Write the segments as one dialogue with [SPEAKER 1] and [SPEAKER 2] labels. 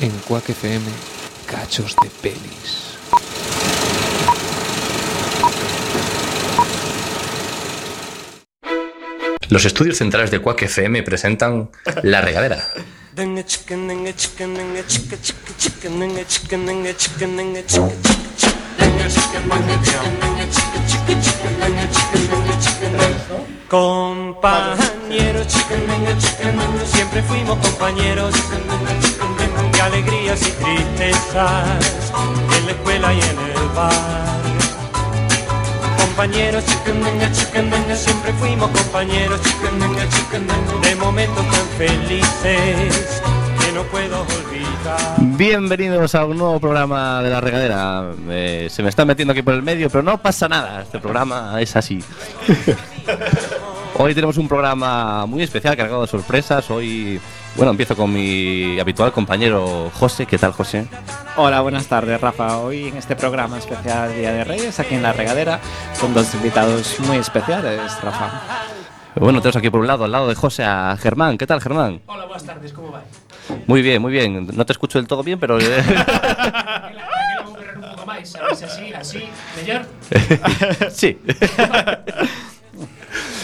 [SPEAKER 1] En Quack FM, cachos de pelis.
[SPEAKER 2] Los estudios centrales de Quack FM presentan La Regadera.
[SPEAKER 3] Compañeros, siempre fuimos compañeros de alegrías y tristezas en la escuela y en el bar. Compañeros, siempre fuimos compañeros de momentos tan felices que no puedo olvidar.
[SPEAKER 4] Bienvenidos a un nuevo programa de la regadera. Eh, se me está metiendo aquí por el medio, pero no pasa nada. Este programa es así. Hoy tenemos un programa muy especial, cargado de sorpresas. Hoy, bueno, empiezo con mi habitual compañero José. ¿Qué tal, José?
[SPEAKER 5] Hola, buenas tardes, Rafa. Hoy en este programa especial Día de Reyes, aquí en La Regadera, con dos invitados muy especiales, Rafa.
[SPEAKER 4] Bueno, tenemos aquí por un lado, al lado de José, a Germán. ¿Qué tal, Germán?
[SPEAKER 6] Hola, buenas tardes, ¿cómo vais?
[SPEAKER 4] Muy bien, muy bien. No te escucho del todo bien, pero... eh,
[SPEAKER 6] Tranquila, tranquila, vou correr un pouco máis, sabes, así, así, mellor.
[SPEAKER 4] sí.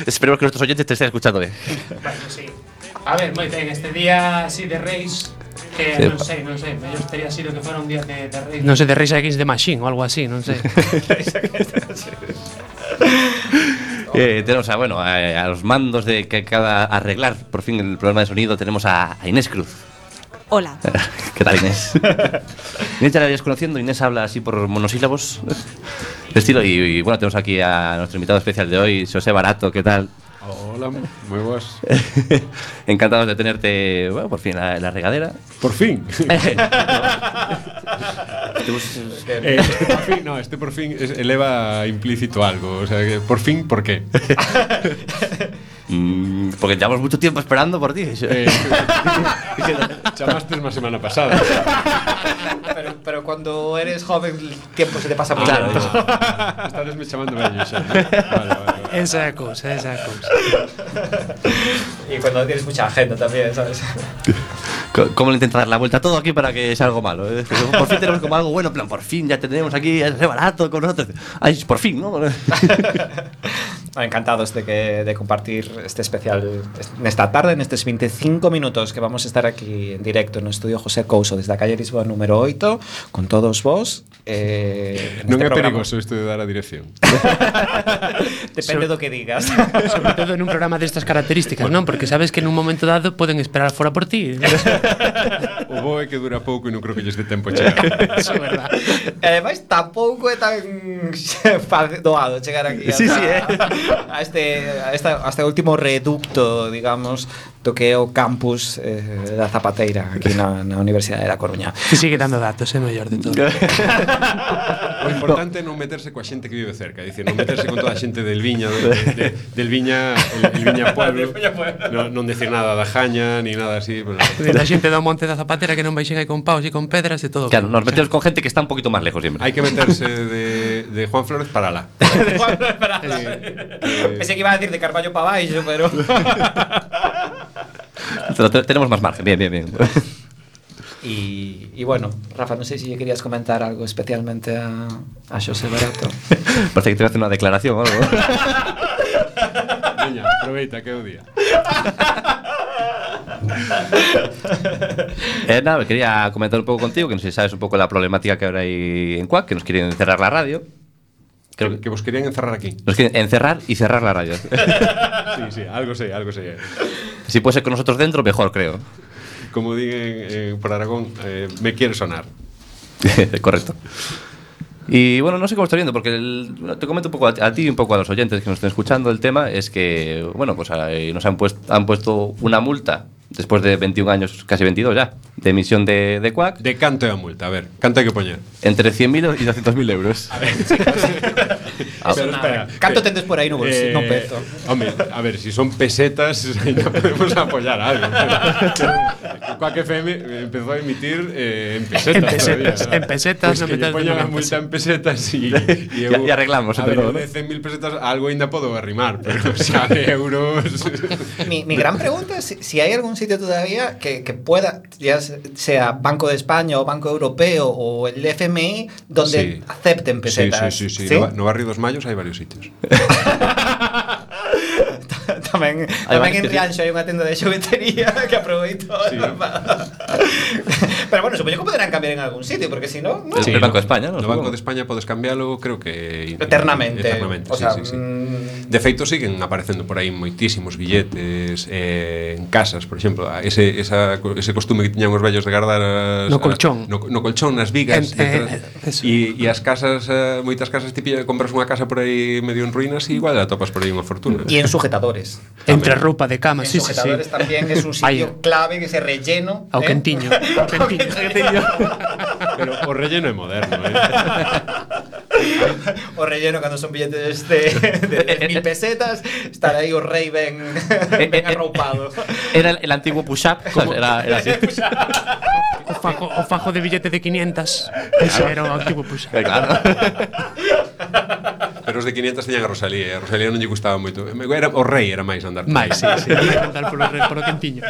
[SPEAKER 4] Esperemos que nuestros oyentes te estén escuchando bien.
[SPEAKER 6] Bueno, sí. A ver, moi ben, este día así de Reis, que
[SPEAKER 4] Sí.
[SPEAKER 6] non sei, non sei, mellor estaría sido que fuera un día de, de Reis. Non sei, de Reis Against the Machine ou algo así, non sei. Oh.
[SPEAKER 4] Eh, tenemos a, bueno, a, a los mandos de que acaba de arreglar por fin el problema de sonido, tenemos a, a Inés Cruz.
[SPEAKER 7] Hola.
[SPEAKER 4] ¿Qué tal, Inés? Inés ya la irías conociendo, Inés habla así por monosílabos. de estilo, y, y, bueno, tenemos aquí a nuestro invitado especial de hoy, José Barato, ¿qué tal?
[SPEAKER 8] Ah, Hola, muy buenas.
[SPEAKER 4] Encantados de tenerte, bueno, por fin en la, en la regadera.
[SPEAKER 8] Por fin.
[SPEAKER 4] Tenemos-
[SPEAKER 8] Eh, este por fin, no, este por fin es- eleva implícito algo. O sea, que por fin, ¿por qué?
[SPEAKER 4] Mm, porque llevamos mucho tiempo esperando por ti.
[SPEAKER 8] Eh, chamaste la semana pasada.
[SPEAKER 5] Pero, cuando eres joven, el tiempo se te pasa muy
[SPEAKER 4] Claro.
[SPEAKER 8] Ah, Estás me chamando vello xa, ¿no? eh. Vale, vale, vale.
[SPEAKER 6] Esa é a cousa, esa é a cousa.
[SPEAKER 5] Y cuando tienes mucha agenda también, ¿sabes?
[SPEAKER 4] Co- ¿Cómo le intenta dar la vuelta a todo aquí para que sea algo malo? eh? Pero Por fin tenemos como algo bueno, en plan, por fin ya tenemos aquí a ese barato con nosotros. Ay, por fin, ¿no?
[SPEAKER 5] Ah, Encantados de, que, de compartir este especial en esta tarde, en estos 25 minutos que vamos a estar aquí en directo en el estudio José Couso, desde la calle Lisboa número 8, con todos vos. Eh,
[SPEAKER 8] Non é
[SPEAKER 5] programa.
[SPEAKER 8] perigoso isto de dar a dirección.
[SPEAKER 5] Depende do que digas.
[SPEAKER 6] Sobre todo en un programa destas características, non? Porque sabes que en un momento dado poden esperar fora por ti.
[SPEAKER 8] O bo é que dura pouco e non creo que lles dé tempo a chegar.
[SPEAKER 6] Eso é verdad.
[SPEAKER 5] E ademais tampouco é tan fa- doado chegar aquí
[SPEAKER 4] Sí,
[SPEAKER 5] ata-
[SPEAKER 4] sí, eh.
[SPEAKER 5] a este a esta hasta último reducto, digamos, do que é o campus eh, da Zapateira aquí na, na Universidade da Coruña.
[SPEAKER 6] Que sigue dando datos, é mellor de todo.
[SPEAKER 8] O importante é non meterse coa xente que vive cerca, dicir, non meterse con toda a xente del Viña, de, de, del Viña, el, el Viña Pueblo, non, non decir nada da Jaña, ni nada así, pero...
[SPEAKER 6] Da xente do Monte da Zapatera que non vai xegar con paus e con pedras e todo.
[SPEAKER 4] claro, nos metemos con gente que está un poquito más lejos siempre.
[SPEAKER 8] Hay que meterse de, de Juan Flores para la.
[SPEAKER 5] Pensei que iba a decir de Carballo para baixo, pero
[SPEAKER 4] Pero te- tenemos más margen, bien, bien, bien.
[SPEAKER 5] e e bueno, Rafa, non sei se lle querías comentar algo especialmente a, a Xosé Barato.
[SPEAKER 4] Parece que te voy a hacer una declaración o algo.
[SPEAKER 8] Veña, aproveita que é o día.
[SPEAKER 4] Eh, nada, quería comentar un poco contigo, que no sé si sabes un poco la problemática que ahora hay en Quack, que nos quieren cerrar la radio. Creo
[SPEAKER 8] que, que vos querían encerrar aquí.
[SPEAKER 4] Nos quieren encerrar y cerrar la radio.
[SPEAKER 8] Sí, sí, algo sei, algo sei.
[SPEAKER 4] si puede ser con nosotros dentro, mejor, creo.
[SPEAKER 8] Como diguen eh, por Aragón, eh, me quiere sonar.
[SPEAKER 4] Correcto. Y bueno, no sé cómo está viendo, porque el- bueno, te comento un poco a, a ti y un poco a los oyentes que nos estén escuchando. El tema es que, bueno, pues ahí nos han puesto, han puesto una multa después de 21 años, casi 22 ya, de emisión de, de Quack,
[SPEAKER 8] De canto é a multa, a ver, canto hai que poñer.
[SPEAKER 4] entre 100.000 y 200.000 euros. Ah,
[SPEAKER 8] Pero espera,
[SPEAKER 5] Canto
[SPEAKER 8] que-
[SPEAKER 5] tendes por aí no bolsillo, no peto.
[SPEAKER 8] Hombre, a ver, si son pesetas, no podemos apoyar algo. pero- Quack FM empezó a emitir eh, en pesetas.
[SPEAKER 6] En pesetas, en pesetas,
[SPEAKER 8] todavía, ¿no? Pues
[SPEAKER 6] no
[SPEAKER 8] que
[SPEAKER 6] metas
[SPEAKER 8] yo ponía
[SPEAKER 6] de
[SPEAKER 8] la
[SPEAKER 6] noventa,
[SPEAKER 8] multa
[SPEAKER 6] sí.
[SPEAKER 8] en pesetas y, y
[SPEAKER 4] Ya- ya arreglamos,
[SPEAKER 8] A
[SPEAKER 4] entre
[SPEAKER 8] ver,
[SPEAKER 4] todos,
[SPEAKER 8] de
[SPEAKER 4] ¿no?
[SPEAKER 8] 100.000 pesetas algo ainda puedo arrimar, pero o sea, de euros.
[SPEAKER 5] Mi, mi gran pregunta es si, si hay algún sitio todavía que, que pueda, ya sea Banco de España o Banco Europeo o el FMI donde
[SPEAKER 8] Sí.
[SPEAKER 5] acepten
[SPEAKER 8] Sí,
[SPEAKER 5] pesetas.
[SPEAKER 8] sí, sí. sí. No, no Barrio Dos Mayos hay varios sitios.
[SPEAKER 5] tamén,
[SPEAKER 4] varios
[SPEAKER 5] tamén en
[SPEAKER 4] que sí.
[SPEAKER 5] Rianxo hai unha tenda de xoguetería que aproveito sí. Pero bueno, supoño que poderán cambiar en algún sitio Porque si no, no
[SPEAKER 4] El, el Banco de España, ¿no?
[SPEAKER 8] No Banco de España podes cambialo, creo que...
[SPEAKER 5] Eternamente.
[SPEAKER 8] Eternamente,
[SPEAKER 5] O
[SPEAKER 8] sí,
[SPEAKER 5] sea,
[SPEAKER 8] sí, sí.
[SPEAKER 5] mm.
[SPEAKER 8] De feito, siguen aparecendo por aí moitísimos billetes eh, en casas, por exemplo. Ah, Ese, esa, co- ese costume que tiñan os vellos de guardar as,
[SPEAKER 6] No colchón.
[SPEAKER 8] a, no, no colchón, nas vigas.
[SPEAKER 6] En- eh, eso.
[SPEAKER 8] e, e as casas, eh, moitas casas, ti pilla- compras unha casa por aí medio en ruínas e igual atopas por aí unha fortuna.
[SPEAKER 5] Y en sujetadores
[SPEAKER 6] Entre ropa de
[SPEAKER 5] En
[SPEAKER 6] cama, Ah, sí, sí, sí.
[SPEAKER 5] sujetadores también es un sitio
[SPEAKER 6] Ahí.
[SPEAKER 5] clave que se ¿eh? relleno
[SPEAKER 6] Ao quentiño, ¿eh? ao quentiño.
[SPEAKER 5] Ao quentiño.
[SPEAKER 8] Pero o relleno é moderno, eh?
[SPEAKER 5] o relleno cando son billetes de, de 10.000 pesetas Estar aí o rei ben, ben arroupado
[SPEAKER 4] Eh, Era el, el antiguo push-up, ¿sabes? era, era así.
[SPEAKER 6] O fajo, o fajo de billete de 500. Ese era o activo puxa.
[SPEAKER 4] Eh, Claro.
[SPEAKER 8] Pero os de 500 teñan a Rosalía, e a Rosalía non lle gustaba moito. Era, o rei era máis andar por aí.
[SPEAKER 6] Mais, sí, sí. Ia contar polo, re- polo quentiño.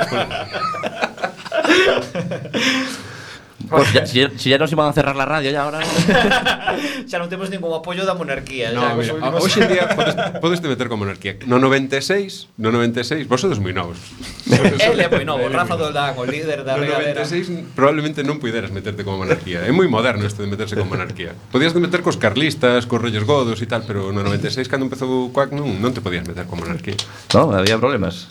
[SPEAKER 4] Pues ya- si, ya- si ya nos iban a cerrar la radio, ya ahora.
[SPEAKER 5] Xa non temos ningún apoio da monarquía
[SPEAKER 8] No,
[SPEAKER 5] xa,
[SPEAKER 8] mira,
[SPEAKER 5] cos últimos-
[SPEAKER 8] hoxe en día podes, podes te meter como monarquía. No 96, no 96, vos sodes moi novos. Ele
[SPEAKER 5] Ele é moi novo, Rafa Doldán, o líder da
[SPEAKER 8] No
[SPEAKER 5] regadera
[SPEAKER 8] 96 probablemente non puideras meterte como monarquía. É moi moderno isto de meterse como monarquía. Podías de meter cos carlistas, cos reyes godos e tal, pero no 96 cando empezou o Quack non, non te podías meter como monarquía.
[SPEAKER 4] No, había problemas.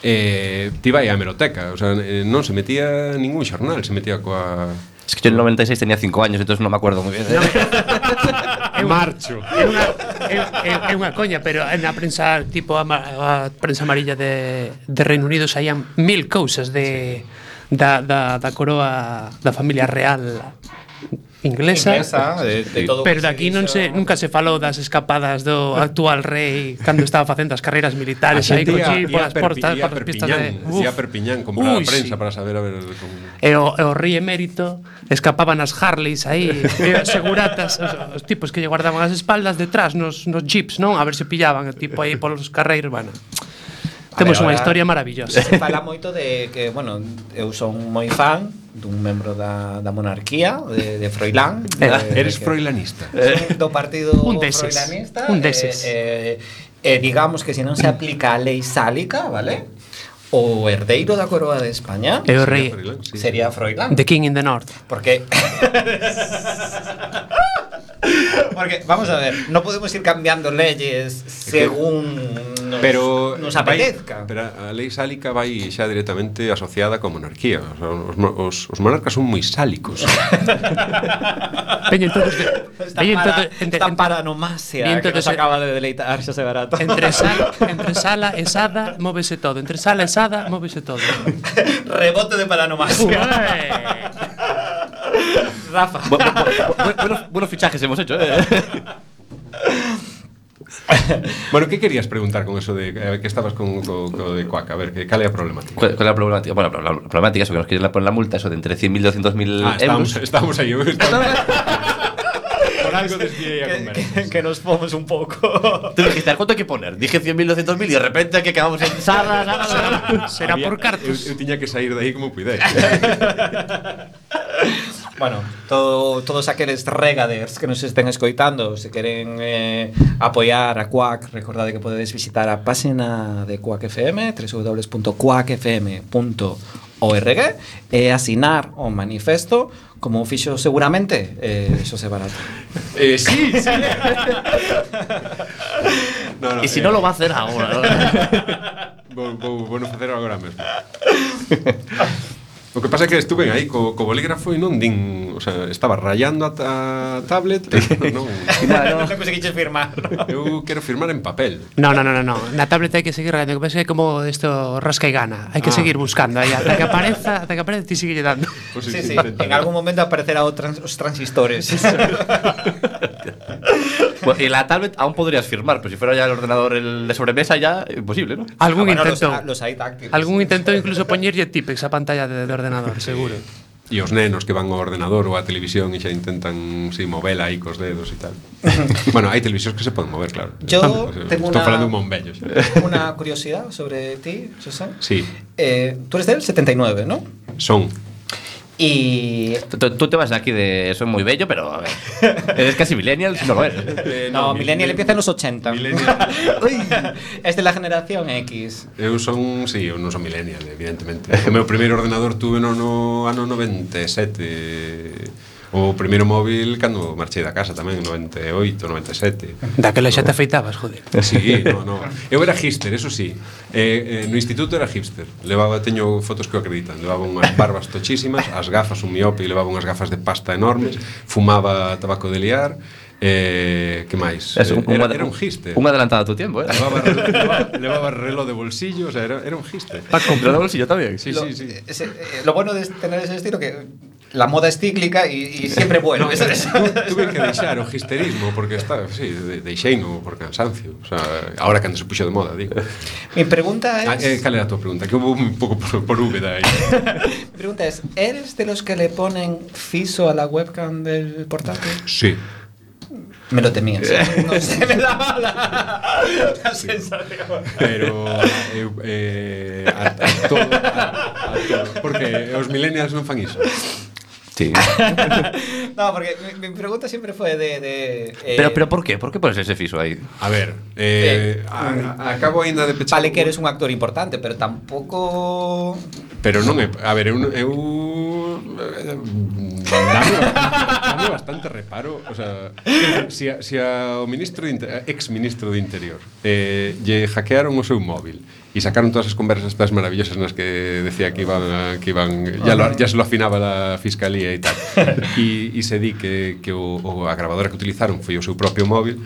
[SPEAKER 8] Eh, ti vai á hemeroteca, o sea, eh, non se metía ningún xornal, se metía coa
[SPEAKER 4] Es que yo en el 96 tenía 5 años, entonces no me acuerdo muy bien. ¿eh?
[SPEAKER 6] Marcho. É unha, é, é, é unha coña, pero na prensa tipo a, a prensa amarilla de, de Reino Unido saían mil cousas de sí. da, da, da coroa da familia real inglesa.
[SPEAKER 5] Inglesa, de, de todo o
[SPEAKER 6] Pero
[SPEAKER 5] que
[SPEAKER 6] daqui non
[SPEAKER 5] dixo.
[SPEAKER 6] se nunca se falou das escapadas do actual rei cando estaba facendo as carreiras militares aí co
[SPEAKER 8] ia-
[SPEAKER 6] chi
[SPEAKER 8] ia
[SPEAKER 6] polas
[SPEAKER 8] a Perpi-
[SPEAKER 6] portas,
[SPEAKER 8] ia a
[SPEAKER 6] polas pistas de...
[SPEAKER 8] Perpiñán, ia a Perpiñán comprar a
[SPEAKER 6] Ui,
[SPEAKER 8] prensa
[SPEAKER 6] sí.
[SPEAKER 8] para saber a ver como-
[SPEAKER 6] E o, e o rei emérito escapaban as Harleys aí, e as seguratas, os, os tipos que lle guardaban as espaldas detrás nos, nos jeeps, non? A ver se pillaban o tipo aí polos carreiros, bueno. Temos
[SPEAKER 5] ver,
[SPEAKER 6] unha
[SPEAKER 5] ahora-
[SPEAKER 6] historia maravillosa.
[SPEAKER 5] se fala moito de que, bueno, eu son moi fan dun membro da, da monarquía de, de Froilán de, Eh,
[SPEAKER 8] Eres
[SPEAKER 5] que-
[SPEAKER 8] froilanista.
[SPEAKER 5] son do partido
[SPEAKER 6] Un deses,
[SPEAKER 5] froilanista
[SPEAKER 6] un deses.
[SPEAKER 5] eh, eh, eh, digamos que se non se aplica a lei sálica, vale? O herdeiro da coroa de España
[SPEAKER 6] E o rei
[SPEAKER 8] Sí.
[SPEAKER 5] sería Froilán
[SPEAKER 6] The King in the North.
[SPEAKER 5] Porque. Porque, vamos a ver, no podemos ir cambiando leyes según nos,
[SPEAKER 8] Pero
[SPEAKER 5] nos
[SPEAKER 8] vai-
[SPEAKER 5] apetezca.
[SPEAKER 8] pero a lei sálica vai xa directamente asociada coa monarquía. O sea, os, mo- os, os monarcas son moi sálicos.
[SPEAKER 6] Veñen todos de,
[SPEAKER 5] esta
[SPEAKER 6] veñen
[SPEAKER 5] para,
[SPEAKER 6] todos entre,
[SPEAKER 5] esta
[SPEAKER 6] entre,
[SPEAKER 5] paranomasia
[SPEAKER 6] y
[SPEAKER 5] que
[SPEAKER 6] entonces-
[SPEAKER 5] nos acaba de deleitar Xosé Barato.
[SPEAKER 6] entre, sala, entre sala e sada móvese todo, entre sala e sada móvese todo.
[SPEAKER 5] Rebote de paranomasia. Rafa.
[SPEAKER 4] Bu- bu- bu- bu- buenos, buenos fichajes hemos hecho, ¿eh?
[SPEAKER 8] bueno, que querías preguntar con eso de eh, que estabas con co, co de Cuac? A ver, que cal é a problemática?
[SPEAKER 4] ¿Cuál, cuál es la problemática? Bueno, la la problemática es que nos quieren poner la multa, eso de entre 100.000 y 200.000
[SPEAKER 8] Ah,
[SPEAKER 4] euros.
[SPEAKER 8] estamos, estamos aí. Estamos, por algo desviei a
[SPEAKER 5] Que,
[SPEAKER 8] conversa.
[SPEAKER 5] que- que nos fomos un poco.
[SPEAKER 4] Tú dijiste, ¿cuánto hay que poner? Dije 100.000, 200.000 y de repente que acabamos en Sada, Sada, Sada.
[SPEAKER 6] Será por
[SPEAKER 8] Eu,
[SPEAKER 6] cartos.
[SPEAKER 8] eu tiña que sair de aí como puidei.
[SPEAKER 5] Bueno, todo, todos aqueles regaders que nos estén escoitando, se queren eh, apoiar a Quack, recordade que podedes visitar a páxina de Quack FM, www.quackfm.org, e asinar o manifesto como fixo seguramente eh, Xosé Barato.
[SPEAKER 8] eh, sí, sí. no,
[SPEAKER 4] Y si no lo va a hacer ahora.
[SPEAKER 8] Vou, vou, vou non facer agora mesmo. O que pasa é que estuve aí co, co bolígrafo e non din, o sea, estaba rayando a, ta, a tablet, e non, non.
[SPEAKER 5] Claro. non conseguiches firmar.
[SPEAKER 8] Eu quero firmar en papel.
[SPEAKER 6] No, no, no, no, no. Na tablet hai que seguir rayando. Lo que pasa é que como isto rasca e gana. Hai que
[SPEAKER 8] Ah.
[SPEAKER 6] seguir buscando aí ata que apareza, ata que apareza ti sigue dando.
[SPEAKER 8] Pois
[SPEAKER 5] Sí, sí, en algún momento aparecerá o trans, os transistores.
[SPEAKER 4] Bueno, y la tablet aún podrías firmar, pero si fuera ya el ordenador el de sobremesa, ya imposible, ¿no?
[SPEAKER 6] Algún
[SPEAKER 5] Ah, bueno, los-
[SPEAKER 6] intento.
[SPEAKER 5] ah, Los, hay táctiles.
[SPEAKER 6] Algún intento incluso poñerlle tipex a pantalla de, de ordenador, seguro.
[SPEAKER 8] E os nenos que van ao ordenador ou á televisión e xa intentan si, movela aí cos dedos e tal. bueno, hai televisións que se poden mover, claro.
[SPEAKER 5] Yo
[SPEAKER 8] O sea,
[SPEAKER 5] tengo
[SPEAKER 8] Estou
[SPEAKER 5] una-
[SPEAKER 8] falando un bombello. xa.
[SPEAKER 5] Una curiosidad sobre ti, José.
[SPEAKER 8] Sí,
[SPEAKER 5] Eh, tú eres del 79, ¿no?
[SPEAKER 8] son.
[SPEAKER 5] Y
[SPEAKER 4] Tú- Tú, tú te vas de aquí de eso es muy bello, pero a ver, eres casi millennial si no lo eres.
[SPEAKER 8] Eh,
[SPEAKER 5] no,
[SPEAKER 8] mi-
[SPEAKER 5] Millennial
[SPEAKER 8] mi-
[SPEAKER 5] empieza en los 80.
[SPEAKER 8] Millennial.
[SPEAKER 5] Uy, es de la generación X.
[SPEAKER 8] Eu son, sí, eu non son millennial, evidentemente. O meu primeiro ordenador tuve no, no ano 97. O primeiro móvil cando marchei da casa tamén, 98, 97.
[SPEAKER 6] Daquela xa te afeitabas, joder.
[SPEAKER 8] Sí, no, no. Eu era hipster, eso sí. Eh, eh, no instituto era hipster. Levaba, teño fotos que o acreditan. Levaba unhas barbas tochísimas, as gafas, un miope, levaba unhas gafas de pasta enormes, fumaba tabaco de liar, eh, que máis?
[SPEAKER 4] Es
[SPEAKER 8] Eh,
[SPEAKER 4] un-
[SPEAKER 8] era,
[SPEAKER 4] ad-
[SPEAKER 8] era un hipster.
[SPEAKER 4] un adelantado a tu tiempo, ¿eh?
[SPEAKER 8] Levaba, reloj- levaba, levaba reloj de bolsillo, o sea, era, era un hipster.
[SPEAKER 4] Has comprado bolsillo también.
[SPEAKER 8] Sí,
[SPEAKER 5] Lo,
[SPEAKER 8] sí, sí.
[SPEAKER 5] ese- eh, lo bueno de tener ese estilo que la moda es cíclica y, y siempre vuelve. ¿sabes?
[SPEAKER 8] Tuve que deixar o histerismo porque está, sí, de- deixeino por cansancio, o sea, ahora cando se puxo de moda,
[SPEAKER 5] Eh,
[SPEAKER 8] digo.
[SPEAKER 5] Mi pregunta es...
[SPEAKER 8] Ah, eh, cal era a tua pregunta? Que houve un pouco por, por úbeda aí.
[SPEAKER 5] Mi pregunta es, ¿eres de los que le ponen CISO a la webcam del portátil?
[SPEAKER 8] Sí.
[SPEAKER 5] Me lo temía. sí. No sé, Eh, me daba la, la sensación.
[SPEAKER 8] Pero eu, eh, a, a todo, a, a todo. Porque os millennials non fan iso.
[SPEAKER 4] Sí.
[SPEAKER 5] No, porque mi, mi pregunta siempre fue de... de, eh,
[SPEAKER 4] Pero, pero ¿por qué? ¿Por qué pones ese fiso ahí?
[SPEAKER 8] A ver, eh, a, a- acabo aínda de pechar...
[SPEAKER 5] Vale que eres un actor importante, pero tampoco...
[SPEAKER 8] Pero non é... A ver, eu... non- eu eh, dame, dame bastante reparo. O sea, si, a, si a, o ministro de Inter, ex ministro de Interior eh, lle hackearon o seu móvil e sacaron todas as conversas estas maravillosas nas que decía que iban a- que iban ya, lo, ya se lo afinaba la fiscalía e tal e, e se di que, que o, o a gravadora que utilizaron foi o seu propio móvil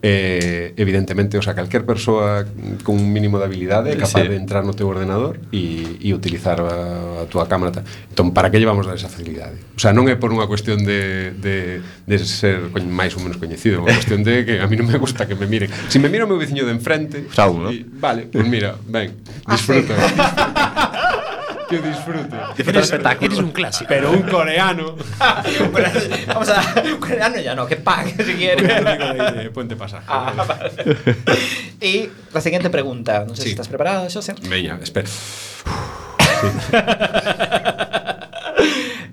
[SPEAKER 8] eh, evidentemente, o sea, calquer persoa con un mínimo de habilidade é capaz
[SPEAKER 4] Sí.
[SPEAKER 8] sí. de entrar no teu ordenador e, e utilizar a, a túa cámara. ta- Entón, para que llevamos dar esa facilidade? O sea, non é por unha cuestión de, de, de ser coñ- máis ou menos coñecido, é unha cuestión de que a mí non me gusta que me miren. Se si me mira o meu veciño de enfrente...
[SPEAKER 4] Saúl, ¿no?
[SPEAKER 8] y- Vale, pues mira, ven,
[SPEAKER 5] Ah,
[SPEAKER 8] disfruta. que disfrute.
[SPEAKER 6] Eres, eres un clásico.
[SPEAKER 8] Pero un coreano...
[SPEAKER 5] Vamos a... Ucraniano ya no, que pague si
[SPEAKER 8] Porque
[SPEAKER 5] quiere.
[SPEAKER 8] no digo de- de Puente pasaje.
[SPEAKER 5] Ah, vale. Y la siguiente pregunta. No sé si
[SPEAKER 8] Sí.
[SPEAKER 5] estás preparado, José.
[SPEAKER 8] Veña, espera.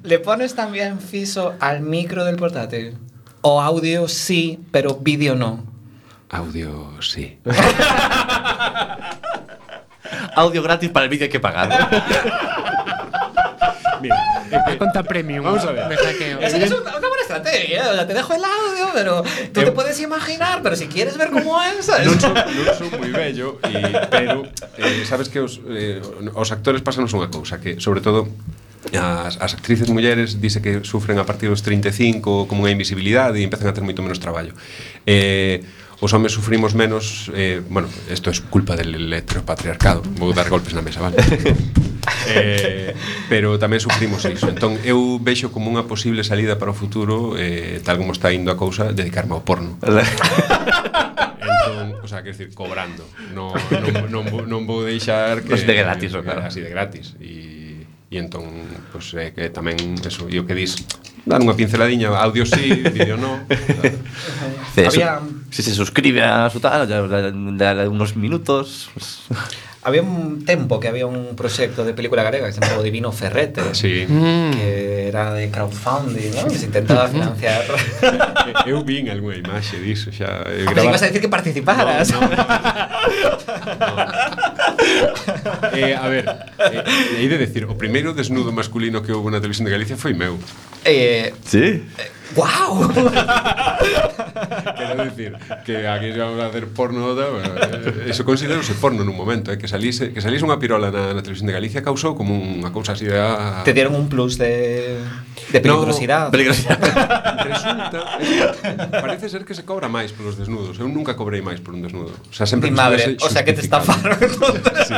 [SPEAKER 5] ¿Le pones también fiso al micro del portátil? O audio sí, pero vídeo no.
[SPEAKER 8] Audio, sí.
[SPEAKER 4] Audio gratis para el vídeo hay que pagar.
[SPEAKER 8] Mira,
[SPEAKER 6] A conta premium.
[SPEAKER 8] Vamos a ver.
[SPEAKER 6] Me saqueo.
[SPEAKER 5] Es, es una, una buena estrategia, o sea, te dejo el audio, pero tú te puedes imaginar, pero si quieres ver cómo es, ¿sabes?
[SPEAKER 8] non son, non son moi bello e, pero eh, sabes que os, eh, os actores pasanos unha cousa que sobre todo As, as actrices mulleres dice que sufren a partir dos 35 como unha invisibilidade e empezan a ter moito menos traballo eh, os homes sufrimos menos eh, bueno, isto é es culpa del heteropatriarcado vou dar golpes na mesa, vale eh, pero tamén sufrimos iso entón eu vexo como unha posible salida para o futuro eh, tal como está indo a cousa dedicarme ao porno Entón, o sea, quero dicir, cobrando. No, non, non, vou- non vou deixar
[SPEAKER 5] Pois
[SPEAKER 8] que...
[SPEAKER 4] Pues de gratis, o claro.
[SPEAKER 8] Así de gratis. E, e entón, pues, é que tamén, eso, e o que dis, dar unha pinceladiña, audio sí, vídeo no.
[SPEAKER 4] Sí, eso-
[SPEAKER 5] Había-
[SPEAKER 4] Si se suscribe a su tal, ya, ya- ya- ya unos minutos. pues,
[SPEAKER 5] Había un tiempo que había un proyecto de película galega que se llamaba Divino Ferrete,
[SPEAKER 8] Sí.
[SPEAKER 5] que era de crowdfunding, ¿no? Que se intentaba financiar.
[SPEAKER 8] Eu vin algunha imaxe diso, xa... eh,
[SPEAKER 5] Ah, pensé que
[SPEAKER 8] grava-
[SPEAKER 5] ibas a decir que participaras.
[SPEAKER 8] No, Eh, a ver, eh, hei de decir, o primeiro desnudo masculino que houve na televisión de Galicia foi meu.
[SPEAKER 5] Eh,
[SPEAKER 4] sí.
[SPEAKER 5] ¡Wow!
[SPEAKER 8] Quero dicir que aquí se vamos a hacer porno da, bueno, eh, eso considerarse porno nun momento, eh, que salise que salise unha pirola na, na televisión de Galicia causou como unha cousa así de ah,
[SPEAKER 5] Te dieron un plus de, de peligrosidad.
[SPEAKER 8] resulta eh, parece ser que se cobra máis polos desnudos. Eu nunca cobrei máis por un desnudo. O sea, sempre
[SPEAKER 5] Mi madre, o
[SPEAKER 8] resultase
[SPEAKER 5] sea que te estafaron.
[SPEAKER 8] xustificable.
[SPEAKER 5] entonces.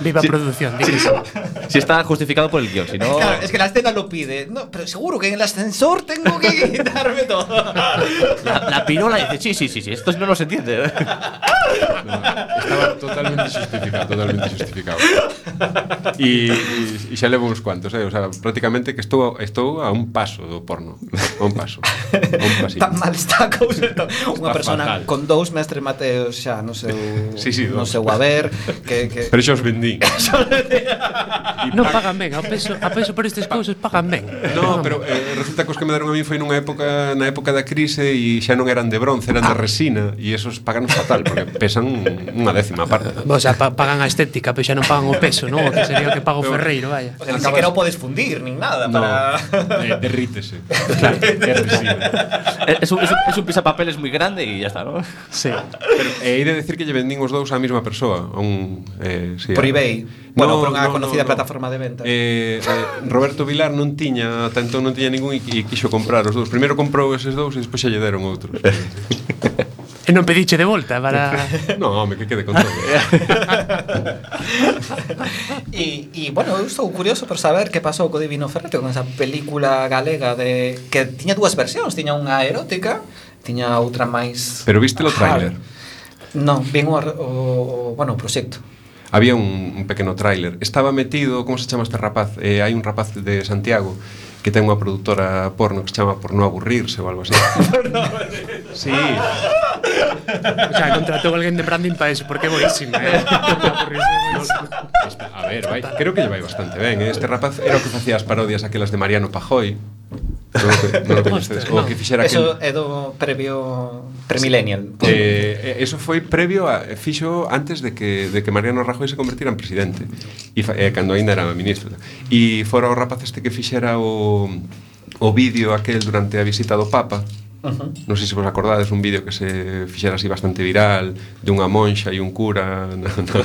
[SPEAKER 6] Viva producción, di que sí.
[SPEAKER 4] Si está justificado por el guión, si no.
[SPEAKER 5] Claro, es que la escena lo pide. No, pero seguro que en el ascensor tengo que quitarme todo.
[SPEAKER 4] La, la pirola dice, sí, sí, sí, sí, esto no nos entiende.
[SPEAKER 8] Estaba totalmente justificado, totalmente justificado. E, e, e xa levo uns cuantos, eh? o sea, prácticamente que estou, estou a un paso do porno. A un paso. A un pasillo.
[SPEAKER 5] Tan mal está a cousa entón. Unha
[SPEAKER 8] Está
[SPEAKER 5] persona
[SPEAKER 8] fatal.
[SPEAKER 5] con dous mestres mateos xa no seu
[SPEAKER 8] Sí, sí,
[SPEAKER 5] no
[SPEAKER 8] dous.
[SPEAKER 5] seu haber que, que
[SPEAKER 8] Pero xa os vendín.
[SPEAKER 6] Non pagan ben, a peso, a peso por estas cousas pagan ben.
[SPEAKER 8] No, pero eh, resulta que os que me deron a mí foi nunha época na época da crise e xa non eran de bronce, eran
[SPEAKER 5] Ah.
[SPEAKER 8] de resina e esos pagan fatal porque pesan unha décima parte.
[SPEAKER 6] O sea, pa pagan a estética, pero xa non pagan o peso, non? O que sería o que paga o
[SPEAKER 8] Pero-
[SPEAKER 6] Ferreiro, vaya.
[SPEAKER 5] o sea, ni
[SPEAKER 8] acabas-
[SPEAKER 5] siquiera o podes fundir nin nada
[SPEAKER 8] No,
[SPEAKER 5] para
[SPEAKER 8] eh, derrítese. Claro, é resina.
[SPEAKER 4] Es un, es un, es un pisapapeles muy grande y ya está, ¿no?
[SPEAKER 6] Sí.
[SPEAKER 8] Pero eh, hei de decir que lle vendín os dous á mesma persoa, a un eh si.
[SPEAKER 5] Por eBay. Bueno, por unha conocida plataforma de venta.
[SPEAKER 8] Eh, eh Roberto Vilar non tiña, ata entón non tiña ningún e, e quixo comprar os dous. Primeiro comprou eses dous e despois xa lle deron outros.
[SPEAKER 6] E non pediche de volta para...
[SPEAKER 8] no, home, que quede con todo.
[SPEAKER 5] E, e bueno, eu estou curioso por saber que pasou co Divino Ferrete con esa película galega de que tiña dúas versións, tiña unha erótica, tiña outra máis
[SPEAKER 8] Pero viste o tráiler?
[SPEAKER 5] Non, vin o, ar- o, o bueno, o proxecto.
[SPEAKER 8] Había un, un pequeno tráiler. Estaba metido, como se chama este rapaz? Eh, hai un rapaz de Santiago que ten unha produtora porno que se chama Por no aburrirse ou algo así. sí,
[SPEAKER 6] O sea, contratou alguén de branding para eso, porque é boísima, eh?
[SPEAKER 8] Está- a ver, vai, creo que lle vai bastante ben. eh. Este rapaz era o que facía as parodias aquelas de Mariano Pajoy. Non o que- non o coñecedes. O que fixera
[SPEAKER 5] Eso
[SPEAKER 8] aquel...
[SPEAKER 5] é do previo premillennial.
[SPEAKER 8] Eh, eh, eso foi previo a eh, fixo antes de que de que Mariano Rajoy se convertira en presidente e fa- eh, cando aínda era ministro e fora o rapaz este que fixera o o vídeo aquel durante a visita do Papa Non sei se vos acordades un vídeo que se fixera así bastante viral dunha monxa e un cura na, na,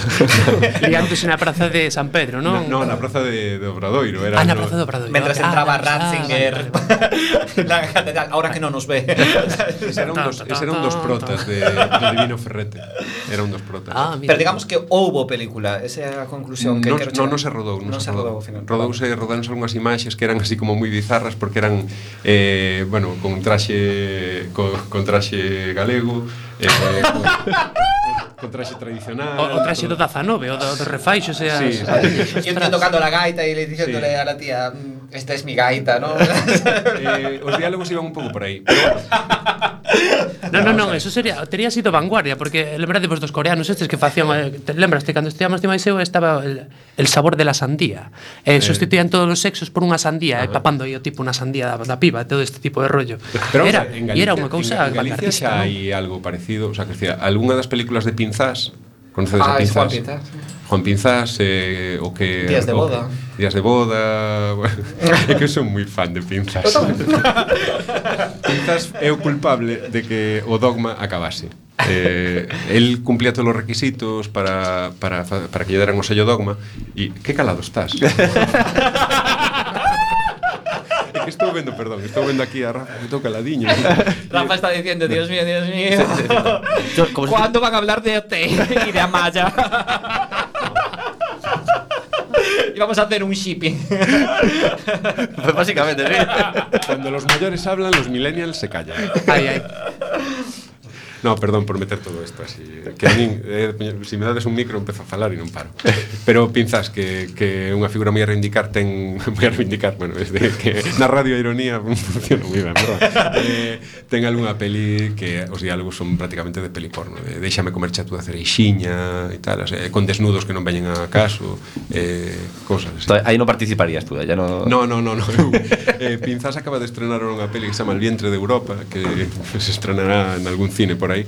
[SPEAKER 6] Liándose na praza de San Pedro,
[SPEAKER 8] na,
[SPEAKER 6] non?
[SPEAKER 8] no, na praza de, de Obradoiro
[SPEAKER 6] Ah,
[SPEAKER 8] era
[SPEAKER 6] na
[SPEAKER 8] no-
[SPEAKER 6] praza do Obradoiro.
[SPEAKER 5] Mientras entraba
[SPEAKER 6] Ah,
[SPEAKER 5] Ratzinger
[SPEAKER 6] vale, vale, vale.
[SPEAKER 5] la catedral, ahora que no nos ve.
[SPEAKER 8] Ese era un dos, ese era un dos protas de, do Divino Ferrete. Era un dos protas.
[SPEAKER 6] Ah, mira.
[SPEAKER 5] Pero digamos que houbo película, esa é a conclusión que
[SPEAKER 8] non,
[SPEAKER 5] quero chegar.
[SPEAKER 8] non, non se rodou, non,
[SPEAKER 5] non se rodou, ao final.
[SPEAKER 8] Rodouse, rodaronse algunhas imaxes que eran así como moi bizarras porque eran eh, bueno, con traxe con, con traxe galego, eh, con, con traxe tradicional.
[SPEAKER 6] O, o traxe do
[SPEAKER 8] con-
[SPEAKER 6] Dazanove, o do, do refaixo, o sea...
[SPEAKER 8] Sí,
[SPEAKER 6] o sea,
[SPEAKER 8] sí.
[SPEAKER 5] Yo estoy tocando la gaita y le diciéndole
[SPEAKER 8] Sí.
[SPEAKER 5] a la tía, "Mm, esta es mi gaita, ¿no?
[SPEAKER 8] Eh, os diálogos iban un pouco por aí. Pero bueno,
[SPEAKER 6] No, no, non, eso sería, tería sido vanguardia, porque lembrade vos dos coreanos estes que facían, eh, te, lembraste, cando estudiamos de eu estaba el, el sabor de la sandía. Eh, sustituían todos os sexos por unha sandía,
[SPEAKER 8] Ah,
[SPEAKER 6] eh, papando aí o tipo unha sandía da, da piba, todo este tipo de rollo.
[SPEAKER 8] Pero vamos
[SPEAKER 6] era,
[SPEAKER 8] a ver,
[SPEAKER 6] e era unha cousa
[SPEAKER 8] en, Ga- en
[SPEAKER 6] vanguardista,
[SPEAKER 8] Galicia xa
[SPEAKER 6] non?
[SPEAKER 8] hai algo parecido, o sea, que decía, algunha das películas de Pinzás, conocedes
[SPEAKER 5] Ah,
[SPEAKER 8] a
[SPEAKER 5] es
[SPEAKER 8] Pinzás?
[SPEAKER 5] Juan Pinzás.
[SPEAKER 8] Juan Pinzás eh, o que
[SPEAKER 5] Días de
[SPEAKER 8] o-
[SPEAKER 5] boda.
[SPEAKER 8] Días de boda. bueno, é que son moi fan de Pinzás. Pinzás é o culpable de que o dogma acabase. Eh, el cumplía todos os requisitos para, para, fa- para que lle deran o sello dogma e que calado estás é que estou vendo, perdón, estou vendo aquí a Rafa que estou caladiño
[SPEAKER 5] Rafa está diciendo, Dios mío, Dios mío.
[SPEAKER 4] Yo, como si-
[SPEAKER 5] ¿Cuándo van a hablar de OT y de Amaya? y vamos a hacer un shipping.
[SPEAKER 4] pues básicamente, sí.
[SPEAKER 8] Cuando los mayores hablan, los millennials se callan.
[SPEAKER 6] Ai, ai.
[SPEAKER 8] No, perdón por meter todo esto así. Que a min, eh, si me dades un micro empezo a falar e non paro. Pero pinzas que, que é unha figura moi a reivindicar ten... Moi a reivindicar, bueno, es de que na radio a ironía funciona moi ben, perdón. Eh, ten algunha peli que os diálogos son prácticamente de peli porno. De, Déxame comer xa tú a cereixiña e tal, o sea, eh, con desnudos que non veñen a caso, eh, cosas así.
[SPEAKER 4] Entonces, Ahí no participarías tú, ya no.
[SPEAKER 8] No, no, no, no. eu- Eh, Pinzás acaba de estrenar ahora unha peli que se chama El vientre de Europa, que se estrenará en algún cine por aí.
[SPEAKER 5] en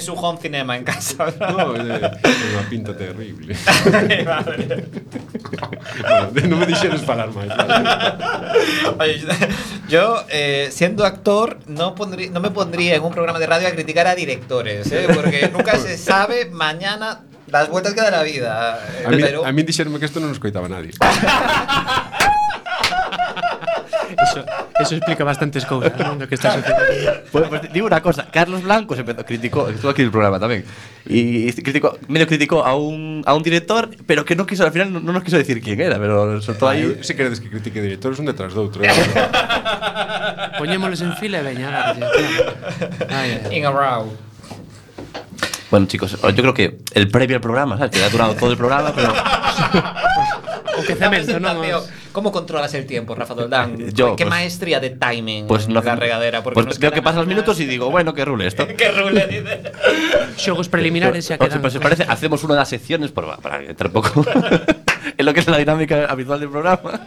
[SPEAKER 5] su home cinema en casa.
[SPEAKER 8] No, eh, pues, é, é unha pinta terrible.
[SPEAKER 6] Eh,
[SPEAKER 8] Vale. non me deixeres falar máis. Vale.
[SPEAKER 5] Oye, yo- yo, eh, siendo actor, no, pondrí- no me pondría en un programa de radio a criticar a directores, ¿eh? porque nunca se sabe mañana las vueltas que da la vida. eh,
[SPEAKER 8] A mí,
[SPEAKER 5] pero-
[SPEAKER 8] a mí dixeronme que isto non nos coitaba nadie.
[SPEAKER 6] Eso, eso explica bastantes cousas, non, do que está sucedendo.
[SPEAKER 4] Pues, pues digo una cosa, Carlos Blanco se empezó, criticó, estuvo aquí en el programa también, y criticó, medio criticó a un, a un director, pero que no quiso, al final no, no nos quiso decir quién era, pero soltó ahí...
[SPEAKER 8] Aí, se queredes que critique directores un detrás do outro. eh.
[SPEAKER 6] Poñémolos en fila e veña, darlle. Ai, ai.
[SPEAKER 5] In a row.
[SPEAKER 4] Bueno chicos, yo creo que el previo al programa, ¿sabes? que ha durado todo el programa, pero
[SPEAKER 6] O que cemento, non? os-
[SPEAKER 5] ¿Cómo controlas el tiempo, Rafa Doldán?
[SPEAKER 4] Yo,
[SPEAKER 5] ¿Qué
[SPEAKER 4] pues-
[SPEAKER 5] maestría de timing
[SPEAKER 4] pues no...
[SPEAKER 5] en la regadera? Porque
[SPEAKER 4] Pues
[SPEAKER 5] nos
[SPEAKER 4] veo
[SPEAKER 5] quedan
[SPEAKER 4] que pasan los
[SPEAKER 5] apenas-
[SPEAKER 4] minutos y digo, bueno, que rule esto.
[SPEAKER 5] ¡Qué rule, dice!
[SPEAKER 6] Xogos preliminares xa
[SPEAKER 4] Pero,
[SPEAKER 6] quedan.
[SPEAKER 4] pues, si parece, hacemos una de las secciones por, para que entrar un poco en lo que es la dinámica habitual del programa.